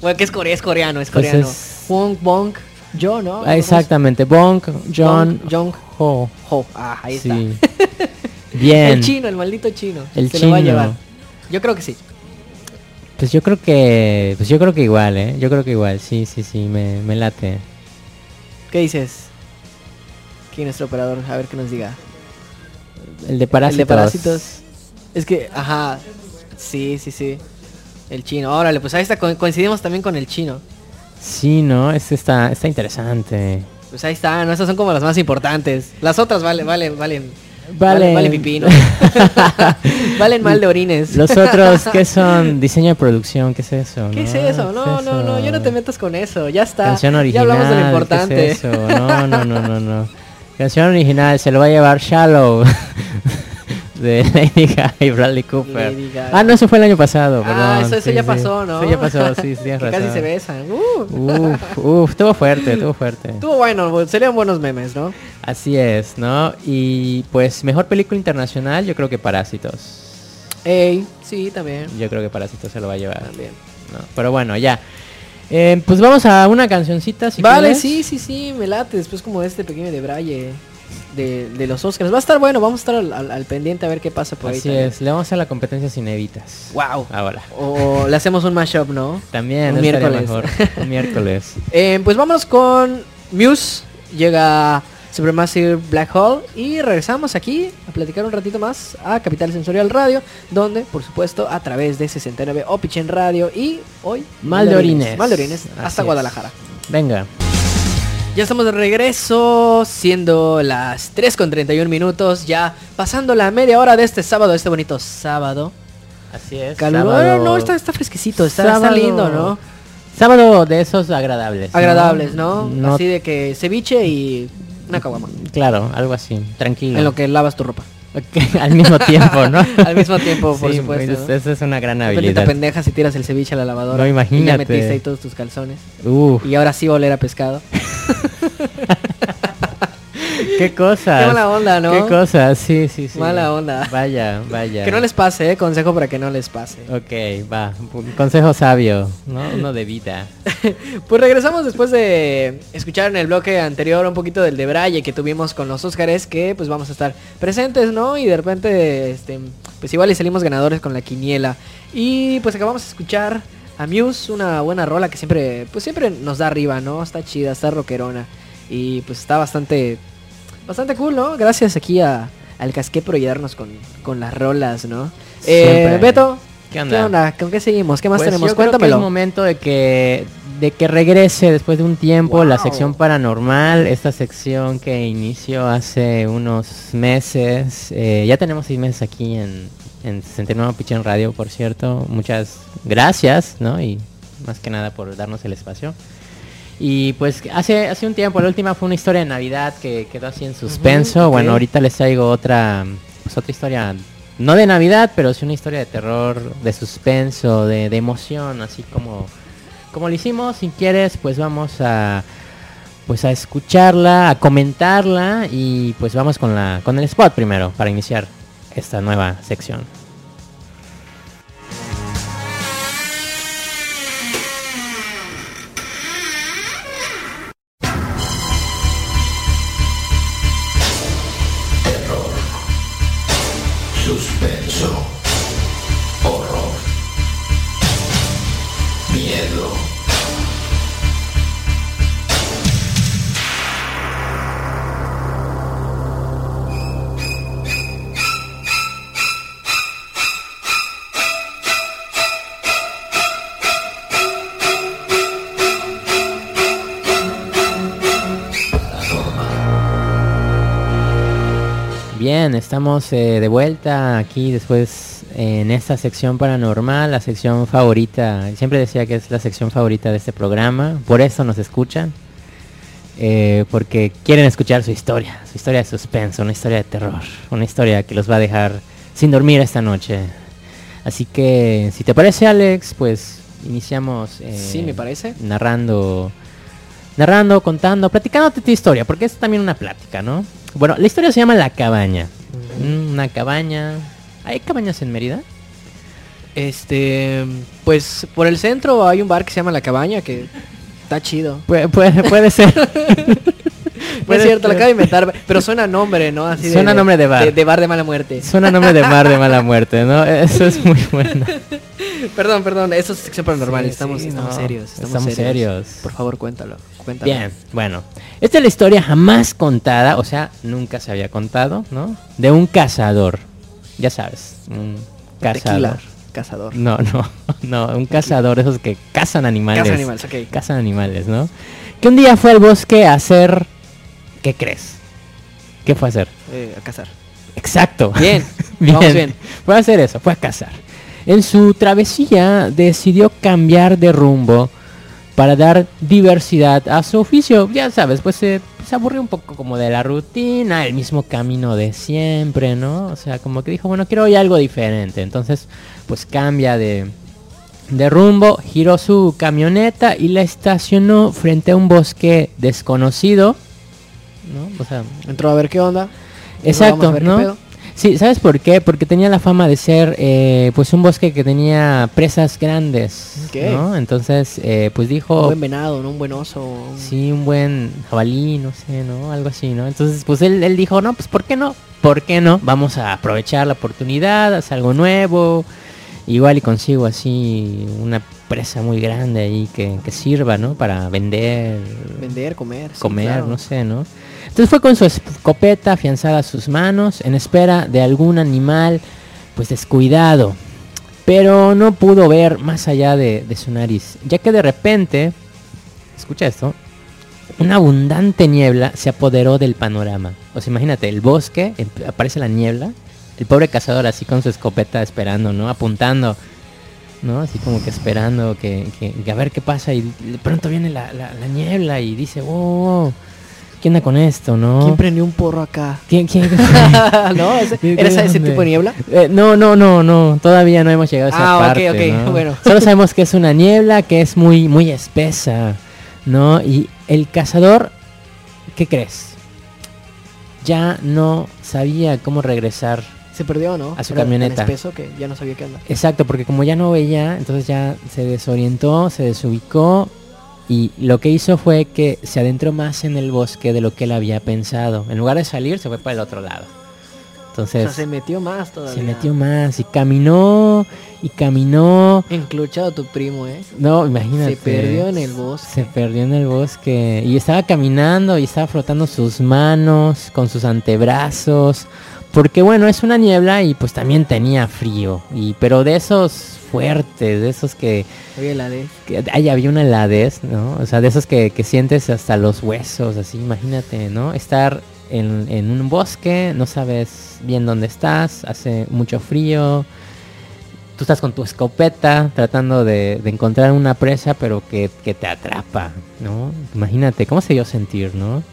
Bueno, que es, core- es coreano, es Pues coreano. es- Wong Bong, yo, ¿no? Ah, Exactamente, Bong, John, Jong Ho. Ho. Ah, ahí está. Sí. Bien. El chino, el maldito chino. El se lo va a chino. llevar. Yo creo que sí. Pues yo creo que, pues yo creo que igual, ¿eh? Yo creo que igual, sí, sí, sí, me, me late. ¿Qué dices? Aquí nuestro operador, a ver qué nos diga. El de Parásitos. El de Parásitos. Es que, ajá. Sí, sí, sí. El chino. Órale, pues ahí está. co- Coincidimos también con el chino. Sí, ¿no? Este está, está interesante. Pues ahí está, ¿no? Esas son como las más importantes. Las otras vale, vale, valen. Valen. Valen, valen pipí, ¿no? valen mal de orines. Los otros, ¿qué son? Diseño de producción, ¿qué es eso? ¿Qué no? es eso? No, es no, no, eso? yo no te metas con eso. Ya está. Canción original. ya hablamos de ¿qué lo es importante. eso? No, no, no, no, no. Canción original, se lo va a llevar Shallow. De Lady Gaga y Bradley Cooper. Lady Gaga. Ah, no, eso fue el año pasado, perdón. Ah, eso, eso sí, ya sí. pasó, ¿no? Eso ya pasó, sí, sí, que tienes casi razón. se besan. Uh, Uf, uf, estuvo fuerte, estuvo fuerte. estuvo bueno, bu- serían buenos memes, ¿no? Así es, ¿no? Y pues mejor película internacional, yo creo que Parásitos. Ey, sí, también. Yo creo que Parásitos se lo va a llevar. También. ¿no? Pero bueno, ya. Eh, pues vamos a una cancioncita, si vale, quieres. sí, sí, sí, me late. Después como este pequeño de Braille de, de los Oscars. Va a estar bueno, vamos a estar al, al- al pendiente a ver qué pasa por ahí. Así también. es, Ah. le vamos a hacer la competencia sin evitas. Wow. Ahora. O le hacemos un mashup, ¿no? También, Un eso estaría miércoles. mejor. Un miércoles. Eh, pues vámonos con Muse. Llega Supermassive Black Hole y regresamos aquí a platicar un ratito más a Capital Sensorial Radio, donde, por supuesto, a través de 69 Opichen Radio y hoy Mal de orines. Mal de orines Así hasta es. Guadalajara. Venga. Ya estamos de regreso, siendo las 3 con 31 minutos, ya pasando la media hora de este sábado, este bonito sábado. Así es. Calor, no, está, está fresquecito, está, está Este Sábado. lindo, ¿no? Sábado de esos agradables. ¿no? Agradables, ¿no? No- Así de que ceviche y una caguama. Claro, algo así. Tranquilo. En lo que lavas tu ropa. Ok, Al mismo tiempo, ¿no? Al mismo tiempo, por Sí, supuesto. pues, ¿no? Esa es una gran De repente te habilidad. pendejas y tiras el ceviche a la lavadora. No, Y ya imagínate. metiste ahí todos tus calzones. Uf, Y ahora sí va a oler a pescado. Qué cosas. Qué mala onda, ¿no? Qué cosas, sí, sí, sí. Mala onda. Vaya, vaya. Que no les pase, ¿eh? consejo para que no les pase. Ok, va. Un Consejo sabio, ¿no? Uno de vida. Pues regresamos después de escuchar en el bloque anterior un poquito del de Braille que tuvimos con los Óscares que pues vamos a estar presentes, ¿no? Y de repente, este, pues igual y salimos ganadores con la quiniela. Y pues acabamos de escuchar a Muse, una buena rola que siempre, pues siempre nos da arriba, ¿no? Está chida, está rockerona. Y pues está bastante, bastante cool, ¿no? Gracias aquí a, al casqué por ayudarnos con, con las rolas, ¿no? Siempre. Eh, Beto, ¿Qué onda? ¿Qué onda? ¿Con qué seguimos? ¿Qué más Pues tenemos? yo creo que Cuéntamelo. es momento de que de que regrese después de un tiempo la Wow. sección paranormal, esta sección que inició hace unos meses. Eh, ya tenemos seis meses aquí en, en 69 Pichén Radio, por cierto. Muchas gracias, ¿no? Y más que nada por darnos el espacio. Y pues hace, hace un tiempo, la última fue una historia de Navidad que quedó así en suspenso. ok. Bueno, ahorita les traigo otra, pues, otra historia, no de Navidad, pero sí una historia de terror, de suspenso, de, de emoción, así como, como lo hicimos. Si quieres, pues vamos a pues a escucharla, a comentarla y pues vamos con la con el spot primero para iniciar esta nueva sección. Suspenso. Horror. Miedo. Bien, estamos eh, de vuelta aquí después en esta sección paranormal, la sección favorita. Siempre decía que es la sección favorita de este programa, por eso nos escuchan, eh, porque quieren escuchar su historia, su historia de suspenso, una historia de terror, una historia que los va a dejar sin dormir esta noche. Así que, si te parece, Alex, pues iniciamos. eh, Sí, me parece. narrando, narrando, contando, platicándote tu historia, porque es también una plática, ¿no? Bueno, la historia se llama La Cabaña. Mm, Una cabaña. ¿Hay cabañas en Mérida? Este, pues por el centro hay un bar que se llama La Cabaña que está chido. Puede, puede, puede ser. No es Puede cierto, lo ser. acabo de inventar, pero suena nombre, ¿no? Así de- Suena nombre de bar. De, de bar de mala muerte. Suena nombre de mar de mala muerte, ¿no? Eso es muy bueno. Perdón, perdón, eso es sección paranormal, Sí, estamos, sí, estamos no, serios. Estamos, estamos serios. serios. Por favor, cuéntalo, cuéntalo. Bien, bueno. Esta es la historia jamás contada, o sea, nunca se había contado, ¿no? De un cazador. Ya sabes, un Tequila, cazador. cazador. No, no, no, un cazador, esos que cazan animales. Caza animales, ok. Cazan animales, ¿no? Que un día fue al bosque a hacer... ¿Qué crees? ¿Qué fue a hacer? Eh, a cazar. Exacto. Bien, bien. vamos bien. Fue a hacer eso, fue a cazar. En su travesía decidió cambiar de rumbo para dar diversidad a su oficio. Ya sabes, pues se, se aburrió un poco como de la rutina, el mismo camino de siempre, ¿no? O sea, como que dijo, bueno, quiero hoy algo diferente. Entonces, pues cambia de, de rumbo, giró su camioneta y la estacionó frente a un bosque desconocido, ¿no? O sea, Entró a ver qué onda. Vamos a Exacto, ver qué ¿no? pedo. Sí, ¿sabes por qué? Porque tenía la fama de ser eh, pues un bosque que tenía presas grandes, Ok. ¿no? Entonces, eh, pues Un dijo, buen venado, ¿no? Un buen oso. un- sí, un buen jabalí, no sé, ¿no? Algo así, ¿no? Entonces, pues él, él dijo, no, pues ¿por qué no? ¿Por qué no? Vamos a aprovechar la oportunidad, hacer algo nuevo, igual y consigo así una presa muy grande ahí que, que sirva, ¿no? Para vender, Vender, comer. sí, comer, claro. no sé, ¿no? Entonces fue con su escopeta afianzada a sus manos en espera de algún animal pues descuidado. Pero no pudo ver más allá de, de su nariz, ya que de repente, escucha esto, una abundante niebla se apoderó del panorama. O sea, imagínate, el bosque, em- aparece la niebla, el pobre cazador así con su escopeta esperando, ¿no? Apuntando. ¿no? Así como que esperando que, que- que a ver qué pasa y de pronto viene la, la- la niebla y dice, wow, ¿qué onda con esto, no? ¿Quién prendió un porro acá? ¿Quién, quién- ¿No? ¿Ese- ¿Qué- qué ¿Eres ese onda? tipo de niebla? Eh, no, no, no, no, todavía no hemos llegado a esa Ah, ok, parte. ok, ¿no? bueno. Solo sabemos que es una niebla que es muy, muy espesa, ¿no? Y el cazador, ¿qué crees? ya no sabía cómo regresar. Se perdió, ¿no? A su Era tan camioneta. espeso que ya no sabía qué onda. Exacto, porque como ya no veía, entonces ya se desorientó, se desubicó y lo que hizo fue que se adentró más en el bosque de lo que él había pensado. En lugar de salir, se fue para el otro lado. O Entonces sea, se metió más todavía. se metió más y caminó y caminó. Encluchado tu primo, ¿eh? No, imagínate. Se perdió en el bosque. Se perdió en el bosque y estaba caminando y estaba frotando sus manos con sus antebrazos. Porque bueno, es una niebla y pues también tenía frío. Y, pero de esos fuertes, de esos que, Oye, la de... que- ay, había una heladez, ¿no? O sea, de esos que, que sientes hasta los huesos, así, imagínate, ¿no? Estar en, en un bosque, no sabes bien dónde estás, hace mucho frío, tú estás con tu escopeta tratando de, de encontrar una presa, pero que, que te atrapa, ¿no? Imagínate, ¿cómo se dio a sentir, no?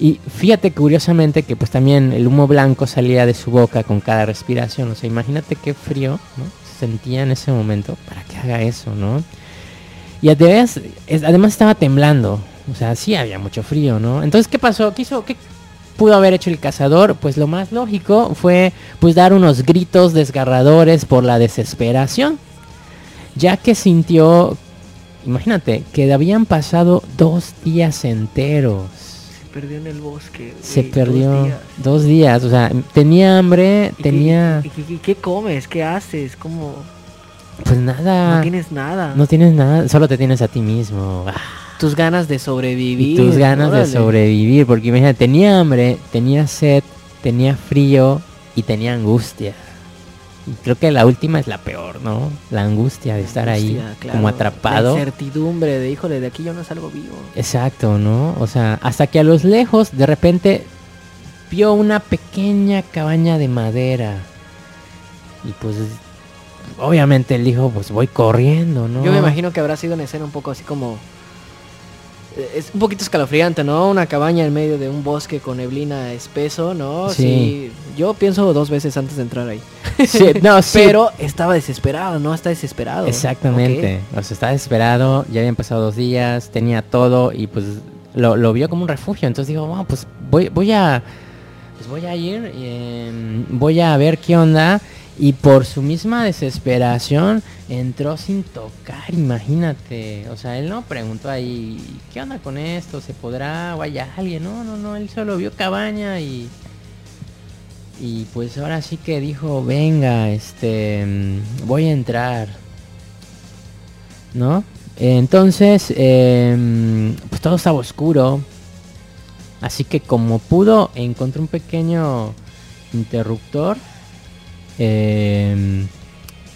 Y fíjate curiosamente que pues también el humo blanco salía de su boca con cada respiración, o sea, imagínate qué frío, ¿no? Se sentía en ese momento para que haga eso, ¿no? Y además, es- además estaba temblando. O sea, sí había mucho frío, ¿no? Entonces, ¿qué pasó? ¿Qué hizo? ¿Qué pudo haber hecho el cazador? Pues lo más lógico fue pues dar unos gritos desgarradores por la desesperación. Ya que sintió, imagínate, que habían pasado dos días enteros. Se perdió en el bosque. Se güey, dos perdió dos días. días. o sea, tenía hambre, ¿Y qué- tenía... y qué, y qué comes? ¿Qué haces? ¿Cómo? Pues nada, No tienes nada. no tienes nada, solo te tienes a ti mismo. Ah. Tus ganas de y sobrevivir. tus ganas órale. de sobrevivir, porque imagínate, tenía hambre, tenía sed, tenía frío y tenía angustia. Y creo que la última es la peor, ¿no? La angustia de estar ahí Angustia, claro. como La atrapado. incertidumbre de, híjole, de aquí yo no salgo vivo. Exacto, ¿no? O sea, hasta que a los lejos de repente vio una pequeña cabaña de madera. Y pues obviamente él dijo, pues voy corriendo, ¿no? Yo me imagino que habrá sido una escena un poco así como... eh, Es un poquito escalofriante, ¿no? Una cabaña en medio de un bosque con neblina espeso, ¿no? Sí. Sí, Yo pienso dos veces antes de entrar ahí. Sí, no, sí, Pero estaba desesperado, ¿no? Está desesperado. Exactamente. O sea, estaba desesperado, ya habían pasado dos días, tenía todo y pues lo, lo vio como un refugio. Entonces dijo, wow, pues voy, voy a pues voy a ir, eh, voy a ver qué onda. Y por su misma desesperación entró sin tocar, imagínate. O sea, él no preguntó ahí, ¿qué onda con esto? ¿Se podrá? ¿O hay alguien? No, no, no, él solo vio cabaña y... Y pues ahora sí que dijo, venga, este, mm, voy a entrar. ¿No? Entonces, em, pues todo estaba oscuro. Así que como pudo, encontró un pequeño interruptor. em,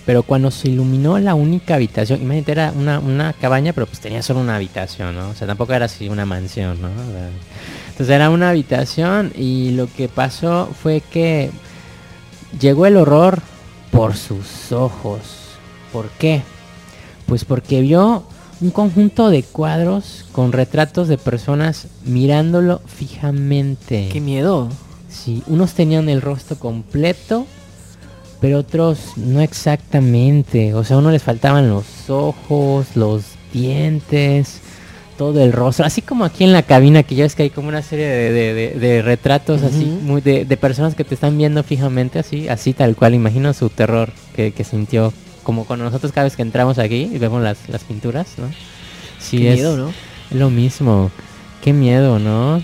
pero cuando se iluminó la única habitación, imagínate, era una, una cabaña, pero pues tenía solo una habitación, ¿no? O sea, tampoco era así una mansión, ¿no? O sea, entonces era una habitación y lo que pasó fue que llegó el horror por sus ojos. ¿Por qué? Pues porque vio un conjunto de cuadros con retratos de personas mirándolo fijamente. Ok. Qué miedo. Sí, unos tenían el rostro completo, pero otros no exactamente. O sea, a uno les faltaban los ojos, los dientes, todo el rostro. Así como aquí en la cabina, que ya ves que hay como una serie de, de- de- de retratos así, Ujú. muy de, de personas que te están viendo fijamente, así, así tal cual. Imagino su terror que, que sintió. Como con nosotros cada vez que entramos aquí y vemos las, las pinturas, ¿no? Sí, es- Qué Pues miedo, ¿no? lo mismo. Qué miedo, ¿no?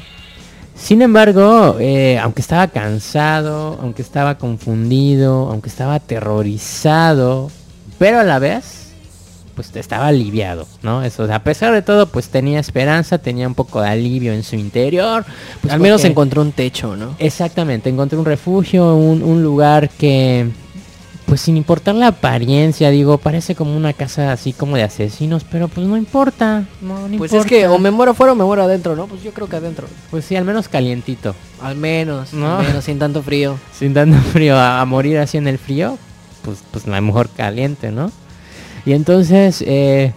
Sin embargo, eh, aunque estaba cansado, aunque estaba confundido, aunque estaba aterrorizado, pero a la vez, pues estaba aliviado, ¿no? Eso, o sea, a pesar de todo, pues tenía esperanza, tenía un poco de alivio en su interior. pues, Al menos porque- encontró un techo, ¿no? Exactamente, encontré un refugio, un, un lugar que, pues sin importar la apariencia, digo, parece como una casa así como de asesinos, pero pues no importa, no, no Pues importa. es que o me muero afuera o me muero adentro, ¿no? Pues yo creo que adentro. Pues sí, al menos calientito, Al menos, No. al menos sin tanto frío. sin dando frío, a, a morir así en el frío, pues, pues a lo mejor caliente, ¿no? Y entonces eh,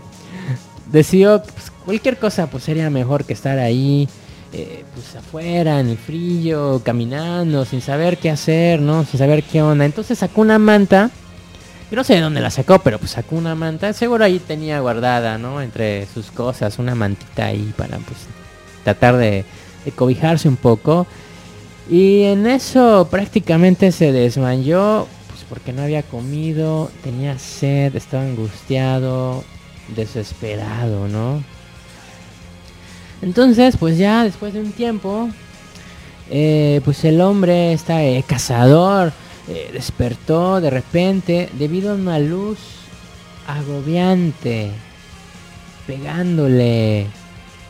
decidió, pues, cualquier cosa pues sería mejor que estar ahí, eh, pues afuera, en el frío, caminando, sin saber qué hacer, ¿no? Sin saber qué onda. Entonces sacó una manta, yo no sé de dónde la sacó, pero pues sacó una manta, seguro ahí tenía guardada, ¿no? Entre sus cosas, una mantita ahí para pues tratar de, de cobijarse un poco. Y en eso prácticamente se desmayó, pues porque no había comido, tenía sed, estaba angustiado, desesperado, ¿no? Entonces, pues ya después de un tiempo, eh, pues el hombre, está cazador, eh, despertó de repente debido a una luz agobiante pegándole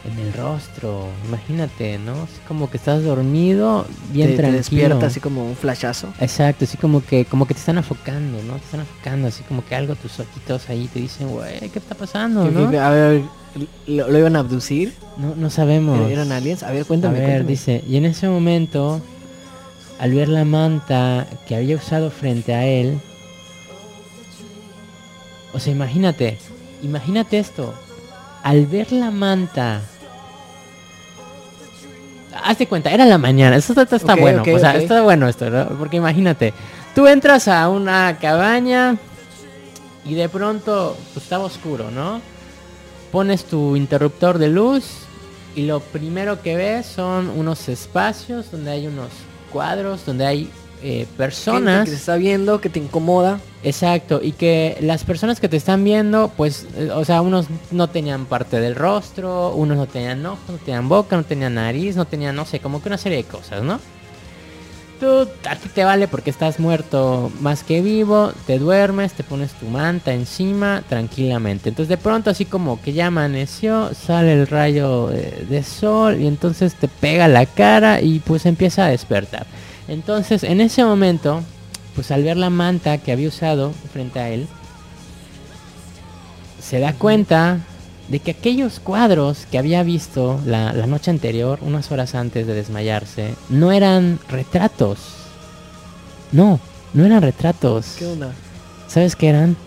en el rostro. Imagínate, ¿no? Así como que estás dormido, bien te, te tranquilo. despierta así como un flashazo. Exacto, así como que, como que te están afocando, ¿no? Te están afocando, así como que algo tus ojitos ahí te dicen, güey, ¿qué está pasando? Que- ¿no? que- A ver, ¿lo, lo iban a abducir? No, no sabemos. ¿Eran aliens? A ver, cuéntame. A ver, cuéntame. dice, y en ese momento, al ver la manta que había usado frente a él, o sea, imagínate, imagínate esto, al ver la manta, hazte cuenta, era la mañana, esto está, está Ok, bueno, ok, o sea, ok. está bueno esto, ¿no? porque imagínate, tú entras a una cabaña y de pronto pues, estaba oscuro, ¿no? Pones tu interruptor de luz y lo primero que ves son unos espacios donde hay unos cuadros, donde hay eh, Gente personas. que te está viendo, que te incomoda. Exacto, y que las personas que te están viendo, pues, eh, o sea, unos no tenían parte del rostro, unos no tenían ojos, no tenían boca, no tenían nariz, no tenían, no sé, como que una serie de cosas, ¿no? Tú, a ti te vale porque estás muerto más que vivo, te duermes, te pones tu manta encima tranquilamente. Entonces de pronto así como que ya amaneció, sale el rayo eh, de sol y entonces te pega la cara y pues empieza a despertar. Entonces en ese momento pues al ver la manta que había usado frente a él, se da cuenta de que aquellos cuadros que había visto la, la noche anterior, unas horas antes de desmayarse, no eran retratos. No, no eran retratos. ¿Qué onda? ¿Sabes qué eran?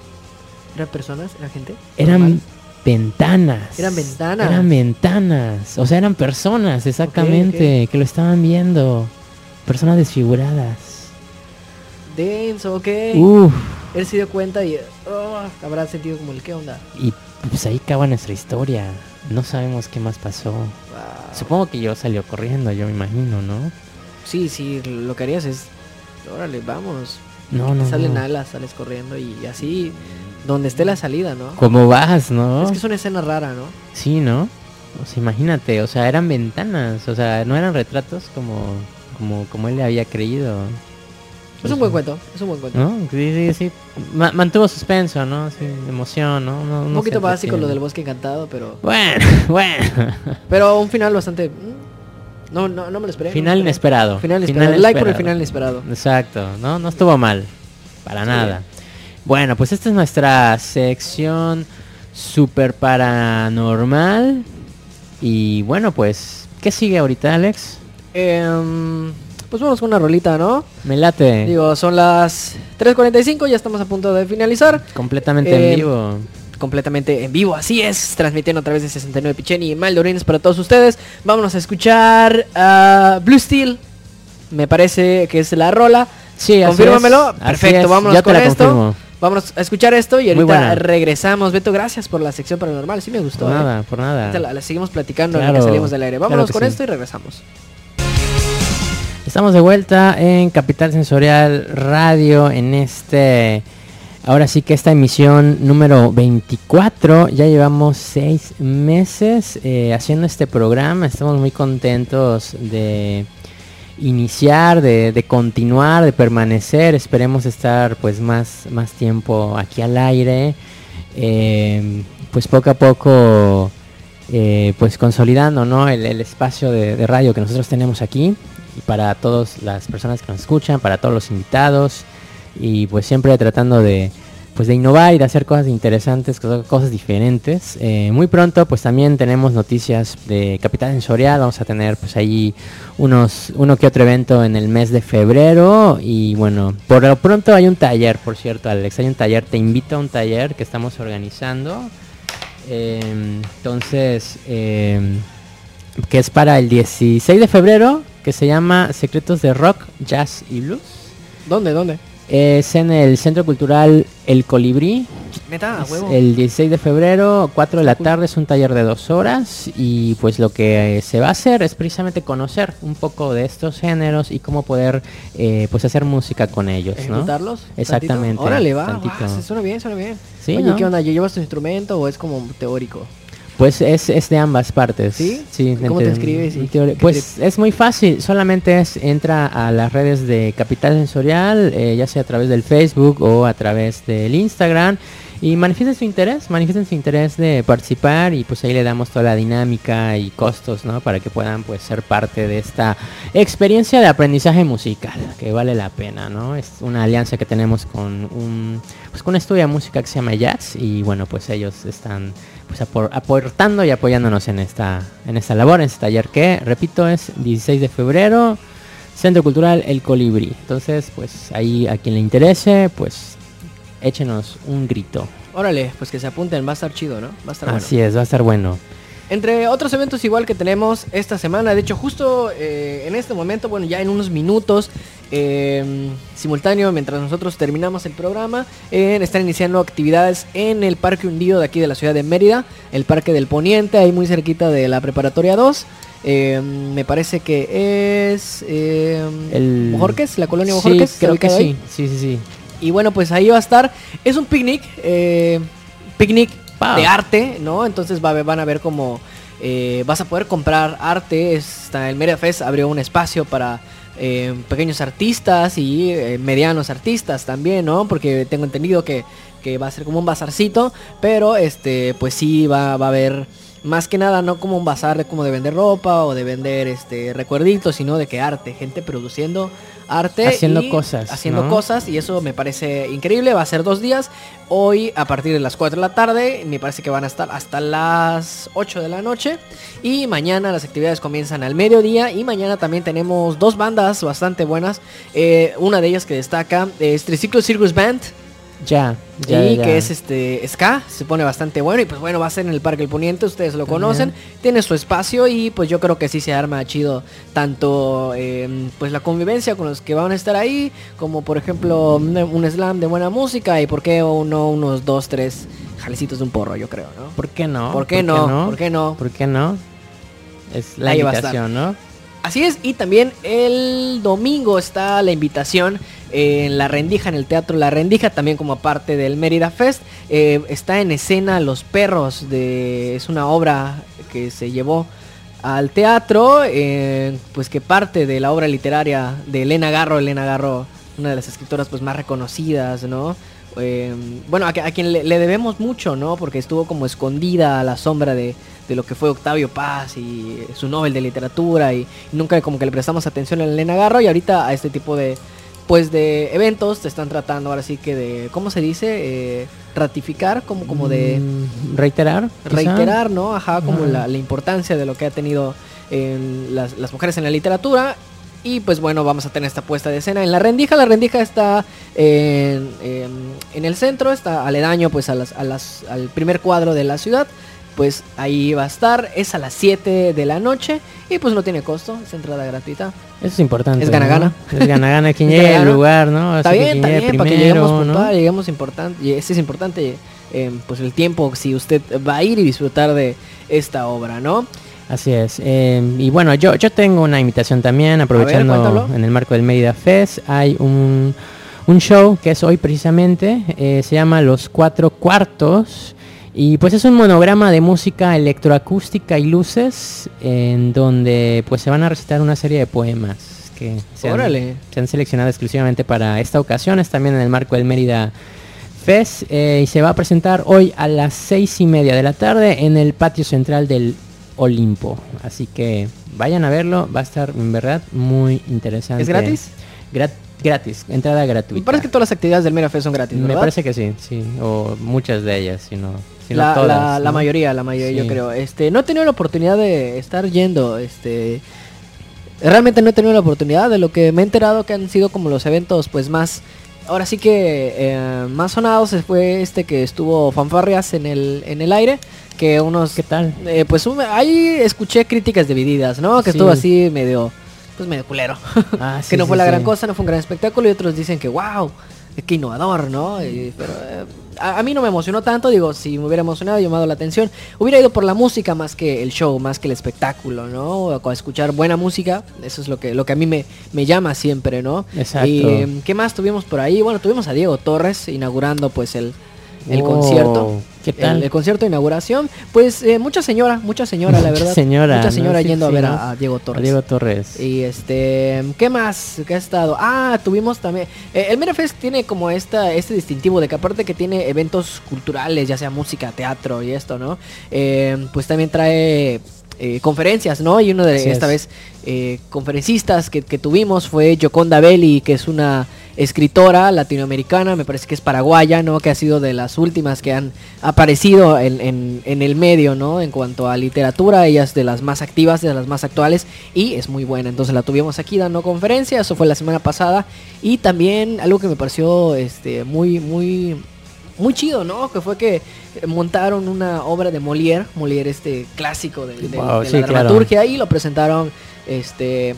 ¿Eran personas? ¿Era gente? Eran ¿Normal? ventanas. Eran ventanas. Eran ventanas. O sea, eran personas, exactamente, que lo estaban viendo. Personas desfiguradas. Denso, ok. Uf. Él se dio cuenta y oh, habrá sentido como el qué onda. Y pues ahí acaba nuestra historia. No sabemos qué más pasó. Wow. Supongo que yo salió corriendo, yo me imagino, ¿no? Sí, sí, lo que harías es, órale, vamos. No, no. Te salen no. alas, sales corriendo y así, donde esté la salida, ¿no? ¿Cómo vas, no? Es que es una escena rara, ¿no? Sí, ¿no? O sea, imagínate, o sea, eran ventanas, o sea, no eran retratos como, como, como él le había creído. Es un buen cuento, es un buen cuento. Pues ¿No? Sí, sí, sí. Ma- mantuvo suspenso, ¿no? Sí, emoción, ¿no? No- eh. Un no poquito se básico lo entretiene. del bosque encantado, pero Bueno, bueno. pero un final bastante... mm, No, no, no me lo esperé. no me Final lo esperé. inesperado. Final inesperado. Like por el final inesperado. Exacto, no, no estuvo mal, para Sí. nada. Bueno, pues esta es nuestra sección super paranormal y bueno, pues ¿qué sigue ahorita, Alex? Em, pues vamos con una rolita, ¿no? Me late. Digo, son las 3.45, ya estamos a punto de finalizar. completamente eh, en vivo. completamente en vivo, así es, transmitiendo a través de 69 Picheni y Maldorines para todos ustedes. Vámonos a escuchar a Blue Steel, me parece que es la rola. Sí, así Confírmamelo, es, así perfecto, es, vámonos yo te con la esto. confirmo. Vamos a escuchar esto y Muy ahorita buena. regresamos. Beto, gracias por la sección paranormal, sí me gustó. Por ¿eh? nada, por nada. Ahorita La, la seguimos platicando en lo Claro, que salimos del aire. claro Vámonos que con sí. esto y regresamos. Estamos de vuelta en Capital Sensorial Radio en este... Ahora sí que esta emisión número 24, ya llevamos seis meses eh, haciendo este programa, estamos muy contentos de iniciar, de, de continuar, de permanecer, esperemos estar pues más, más tiempo aquí al aire, eh, pues poco a poco eh, pues consolidando ¿no? el, el espacio de, de radio que nosotros tenemos aquí y para todas las personas que nos escuchan, para todos los invitados y pues siempre tratando de pues de innovar y de hacer cosas interesantes, co- cosas diferentes. Eh, muy pronto pues también tenemos noticias de Capital Sensorial, vamos a tener pues ahí unos, uno que otro evento en el mes de febrero y bueno, por lo pronto hay un taller, por cierto Alex, hay un taller, te invito a un taller que estamos organizando. Eh, entonces, eh, que es para el 16 de febrero, que se llama Secretos de Rock, Jazz y Blues. ¿Dónde, dónde? Es en el Centro Cultural El Colibrí, Neta, a Es huevo. El 16 de febrero, 4 de la Cool. tarde, es un taller de dos horas y pues lo que eh, se va a hacer es precisamente conocer un poco de estos géneros y cómo poder eh, pues hacer música con ellos, ¿no? ¿Ejecutarlos? ¿Tantito? Exactamente, Órale, va. tantito. guau, se suena bien, suena bien. Sí, Oye, ¿no? ¿qué onda? ¿Ya ¿Llevas tu instrumento o es como teórico? Pues es, es de ambas partes. ¿Sí? Sí. ¿Cómo te ente- escribes y en teoría- qué Pues es muy fácil. Solamente es, entra a las redes de Capital Sensorial, eh, ya sea a través del Facebook o a través del Instagram. Y manifiesten su interés, manifiesten su interés de participar y pues ahí le damos toda la dinámica y costos, ¿no? Para que puedan pues ser parte de esta experiencia de aprendizaje musical, que vale la pena, ¿no? Es una alianza que tenemos con un, pues, con un estudio de música que se llama Jazz y bueno, pues ellos están pues apor- aportando y apoyándonos en esta en esta labor, en este taller que, repito, es 16 de febrero, Centro Cultural El Colibrí. Entonces, pues ahí a quien le interese, pues échenos un grito. Órale, pues que se apunten, va a estar chido, ¿no? Va a estar bueno. Así es, va a estar bueno. Entre otros eventos igual que tenemos esta semana, de hecho justo eh, en este momento, bueno ya en unos minutos, eh, simultáneo mientras nosotros terminamos el programa, eh, están iniciando actividades en el Parque Hundido de aquí de la ciudad de Mérida, el Parque del Poniente, ahí muy cerquita de la Preparatoria 2. eh, me parece que es eh, El Bojorques, la colonia Sí, Bojorques. ¿está creo que ubicado ahí? sí. Sí, sí, sí. Y bueno, pues ahí va a estar. Es un picnic. eh, picnic Wow. de arte, ¿no? Entonces va a ver- van a ver como... eh, vas a poder comprar arte. Está, el Mérida Fest abrió un espacio para eh, pequeños artistas y eh, medianos artistas también, ¿no? Porque tengo entendido que, que va a ser como un bazarcito. Pero, este, pues sí, va, va a haber... Más que nada, no como un bazar de como de vender ropa o de vender este recuerditos, sino de que arte, gente produciendo arte. Haciendo y cosas, Haciendo ¿no? cosas cosas, y eso me parece increíble. Va a ser dos días. Hoy a partir de las 4 de la tarde, me parece que van a estar hasta las 8 de la noche. Y mañana las actividades comienzan al mediodía. Y mañana también tenemos dos bandas bastante buenas. Eh, una de ellas que destaca es Triciclo Circus Band Ya, ya. y ya. que es este ska, se pone bastante bueno y pues bueno, va a ser en el Parque El Poniente, ustedes lo conocen, tiene su espacio y pues yo creo que sí se arma chido tanto eh, pues la convivencia con los que van a estar ahí, como por ejemplo un, un slam de buena música y por qué o no unos dos, tres jalecitos de un porro, yo creo, ¿no? ¿Por qué no? ¿Por qué no? ¿Por qué no? ¿Por qué no? Es la Ahí va a estar. invitación, ¿no? Así es, y también el domingo está la invitación eh, en La Rendija, en el Teatro La Rendija, también como parte del Mérida Fest. Eh, está en escena Los Perros, de, es una obra que se llevó al teatro, eh, pues que parte de la obra literaria de Elena Garro, Elena Garro, una de las escritoras pues más reconocidas, ¿no? Eh, bueno, a, que- a quien le, le debemos mucho, ¿no? Porque estuvo como escondida a la sombra de, de lo que fue Octavio Paz y eh, su Nobel de Literatura y nunca como que le prestamos atención a Elena Garro y ahorita a este tipo de pues de eventos te están tratando ahora sí que de cómo se dice Eh, ratificar como como de Mm, reiterar. quizá. reiterar, ¿no? Ajá, como Ajá. la, la importancia de lo que ha tenido eh, las, las mujeres en la literatura. Y pues bueno, vamos a tener esta puesta de escena en la rendija. La rendija está en, en- en el centro, está aledaño pues a las, a las, al primer cuadro de la ciudad. Pues ahí va a estar, es a las 7 de la noche y pues no tiene costo, es entrada gratuita. Eso es importante. Es gana-gana. ¿no? Es gana-gana. Quien Es llegue al gana-gana. lugar, ¿no? O Está sea, bien, quien está llegue bien, para que primero, lleguemos ¿no? puntual, lleguemos importante, y ese es importante eh, pues el tiempo si usted va a ir y disfrutar de esta obra, ¿no? Así es. eh, y bueno, yo, yo tengo una invitación también, aprovechando cuéntalo. en el marco del Mérida Fest. Hay un, un show que es hoy precisamente, eh, se llama Los Cuatro Cuartos. Y pues es un monograma de música electroacústica y luces, en donde pues se van a recitar una serie de poemas que se han, Órale. se han seleccionado exclusivamente para esta ocasión. Es también en el marco del Mérida Fest eh, y se va a presentar hoy a las seis y media de la tarde en el patio central del Olimpo. Así que vayan a verlo, va a estar en verdad muy interesante. ¿Es gratis? Gra- gratis, entrada Me gratuita. parece que todas las actividades del Mera Fe son gratis, Me ¿verdad? parece que sí, sí, o muchas de ellas, si no, si no la, todas. la- la ¿no? mayoría, la mayoría, yo Sí. creo. Este, no he tenido la oportunidad de estar yendo, este... Realmente no he tenido la oportunidad de lo que me he enterado que han sido como los eventos pues más... Ahora sí que eh, más sonados fue este que estuvo fanfarrias en el, en el aire, que unos... ¿Qué tal? eh, pues un- ahí escuché críticas divididas, ¿no? Que Sí. estuvo así medio... Pues medio culero. Ah, que sí, no sí, fue la sí. gran cosa, no fue un gran espectáculo y otros dicen que wow, eh, qué innovador, ¿no? Y- pero eh, a, a mí no me emocionó tanto, digo, si me hubiera emocionado, llamado la atención, hubiera ido por la música más que el show, más que el espectáculo, ¿no? O a escuchar buena música, eso es lo que, lo que a mí me, me llama siempre, ¿no? Exacto. Y eh, qué más tuvimos por ahí, bueno, tuvimos a Diego Torres inaugurando pues el, el Wow, concierto. ¿Qué El- tal? El, concierto de inauguración, pues eh, mucha señora, mucha señora, la Mucha verdad. señora, Mucha ¿no? señora Sí, yendo a sí, ver a- ¿no? a, Diego Torres. Diego Torres. Y este, ¿qué más? ¿Qué ha estado? Ah, tuvimos también. eh, el Mera Fest tiene como esta, este distintivo de que aparte que tiene eventos culturales, ya sea música, teatro y esto, ¿no? Eh, pues también trae eh, conferencias, ¿no? Y uno de Así esta es. vez eh, conferencistas que, que tuvimos fue Yoconda Belli, que es una escritora latinoamericana, me parece que es paraguaya, ¿no? Que ha sido de las últimas que han aparecido en, en- en el medio, ¿no? En cuanto a literatura, ella es de las más activas, de las más actuales y es muy buena. Entonces la tuvimos aquí dando conferencia, eso fue la semana pasada. Y también algo que me pareció este, muy, muy, muy chido, ¿no? Que fue que montaron una obra de Molière, Molière este clásico del- del- de, Wow, la sí, claro. dramaturgia, y lo presentaron este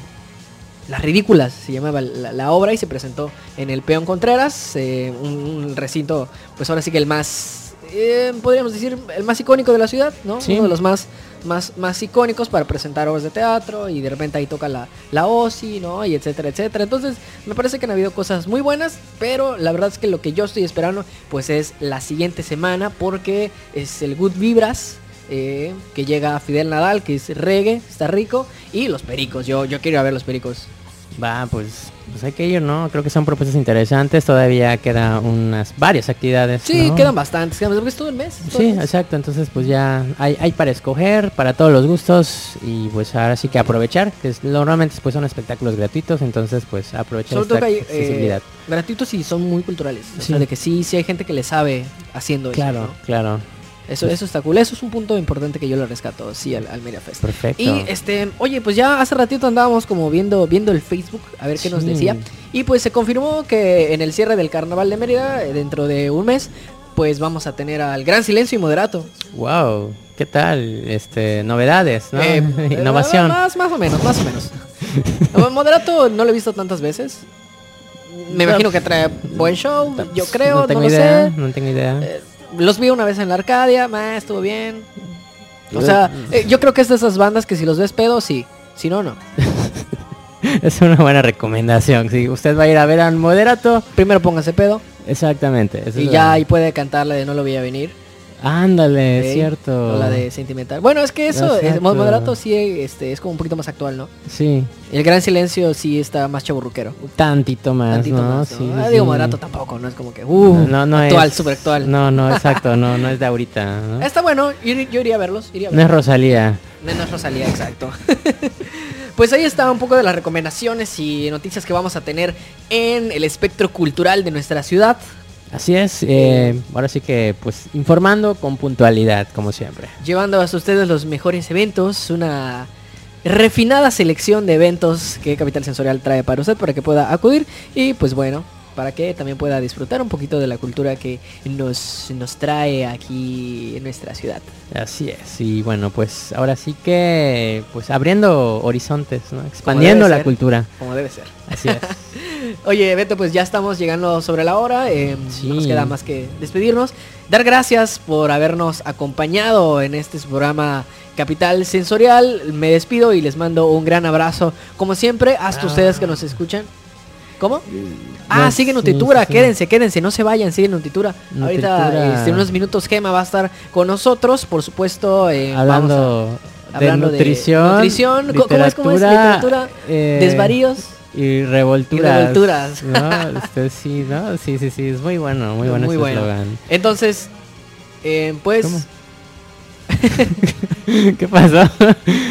las Ridículas se llamaba la, la obra y se presentó en el Peón Contreras, eh, un, un recinto, pues ahora sí que el más, eh, podríamos decir, el más icónico de la ciudad, ¿no? Sí. Uno de los más, más, más icónicos para presentar obras de teatro y de repente ahí toca la, la OSI, ¿no? Y etcétera, etcétera. Entonces, me parece que han habido cosas muy buenas, pero la verdad es que lo que yo estoy esperando, pues es la siguiente semana, porque es el Good Vibras. eh, que llega Fidel Nadal, que es reggae, está rico, y los pericos, yo, yo quiero ir a ver los pericos. Va, pues, pues hay que ir, ¿no? Creo que son propuestas interesantes. Todavía queda unas varias actividades. Sí, ¿no? quedan bastantes, quedan porque es todo el mes. todo Sí, el mes. exacto. Entonces, pues ya hay, hay para escoger, para todos los gustos y pues ahora sí que aprovechar, que es- normalmente pues son espectáculos gratuitos, entonces pues aprovechar Sobre todo que esta hay accesibilidad. eh, gratuitos y son muy culturales. O Sí. sea, de que sí, sí hay gente que le sabe haciendo eso, claro, pues, ¿no? claro. eso. Eso está cool. Eso es un punto importante que yo lo rescato, sí, al, al Media Fest. Perfecto. Y este, oye, pues ya hace ratito andábamos como viendo, viendo el Facebook, a ver qué nos Sí. decía. Y pues se confirmó que en el cierre del carnaval de Mérida, eh, dentro de un mes, pues vamos a tener al gran silencio y moderato. Wow, ¿qué tal? Este, novedades, ¿no? Eh, Innovación. Más, más o menos, más o menos. Bueno, Moderato no lo he visto tantas veces. Me No. imagino que trae buen show, yo Pues, creo, no, no tengo lo idea, sé. no tengo idea. Eh, los vi una vez en la Arcadia, meh, estuvo bien. O sea, eh, yo creo que es de esas bandas que si los ves pedo, sí. Si no, no. Es una buena recomendación. Si usted va a ir a ver al moderato, Primero póngase pedo exactamente. eso y es ya la- ahí puede cantar la de No lo voy a venir. Ándale, ¿ok? es cierto. O la de Sentimental. Bueno, es que eso, es, Exacto. Moderato sí este, es como un poquito más actual, ¿no? Sí, El Gran Silencio sí está más chaburruquero. tantito más, Tantito ¿no? más, ¿no? Sí, Ah, sí, digo, sí. moderato tampoco, no es como que, uh, no, no actual, es- superactual. No, no, exacto, no, no es de ahorita. ¿no? Está bueno, ir- yo iría a verlos, iría a No es verlos. Rosalía. No, no es Rosalía, exacto. pues ahí está un poco de las recomendaciones y noticias que vamos a tener en el espectro cultural de nuestra ciudad. Así es, eh, ahora sí que pues informando con puntualidad, como siempre. llevando a ustedes los mejores eventos, una refinada selección de eventos que Capital Sensorial trae para usted para que pueda acudir y pues bueno, para que también pueda disfrutar un poquito de la cultura que nos, nos trae aquí en nuestra ciudad. Así es, y bueno, pues ahora sí que pues abriendo horizontes, ¿no? Expandiendo la ser. cultura. Como debe ser. Así es. Oye, Beto, pues ya estamos llegando sobre la hora. eh, Sí. No nos queda más que despedirnos. Dar gracias por habernos acompañado en este su programa Capital Sensorial. Me despido y les mando un gran abrazo. Como siempre, hasta Ah. Eh, ustedes que nos escuchan. ¿Cómo? Ah, No, siguen sí, Notitura, sí, sí. quédense, quédense, no se vayan, siguen Notitura. Ahorita, Notitura. este, en unos minutos, Gema va a estar con nosotros, por supuesto. eh, vamos Hablando, a- hablando de nutrición, nutrición, co- ¿cómo es? ¿Cómo es? Literatura, eh, desvaríos. y revolturas. Y revolturas. ¿no? Este, sí, ¿no? Sí, sí, sí, es muy bueno, muy bueno Muy ese bueno. eslogan. Entonces, eh, pues... ¿Cómo? ¿Qué pasó?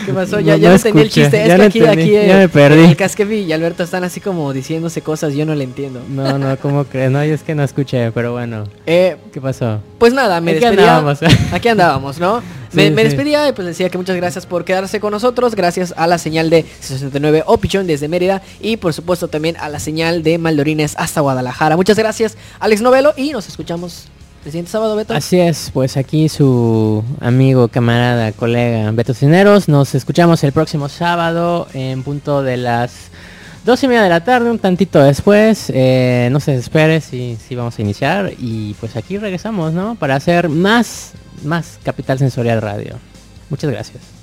¿Qué pasó? No- Ya, ya no no entendí el escuché, chiste. Es ya que no aquí, entendí, aquí ya eh, me perdí. el Casquevi y Alberto están así como diciéndose cosas, yo no le entiendo. No, no, ¿cómo crees? No, yo es que no escuché, pero bueno, Eh, ¿qué pasó? pues nada, me Aquí despedía. andábamos. ¿eh? Aquí andábamos, ¿no? me, Sí, me sí. despedía y pues decía que muchas gracias por quedarse con nosotros, gracias a la señal de 69 Opichón desde Mérida y por supuesto también a la señal de Maldorines hasta Guadalajara. Muchas gracias, Alex Novelo, y nos escuchamos el siguiente sábado, Beto. Así es, pues aquí su amigo, camarada, colega Beto Cineros. Nos escuchamos el próximo sábado en punto de las Dos y media de la tarde, un tantito después, eh, no se desespere si, si vamos a iniciar y pues aquí regresamos, ¿no? Para hacer más, más Capital Sensorial Radio. Muchas gracias.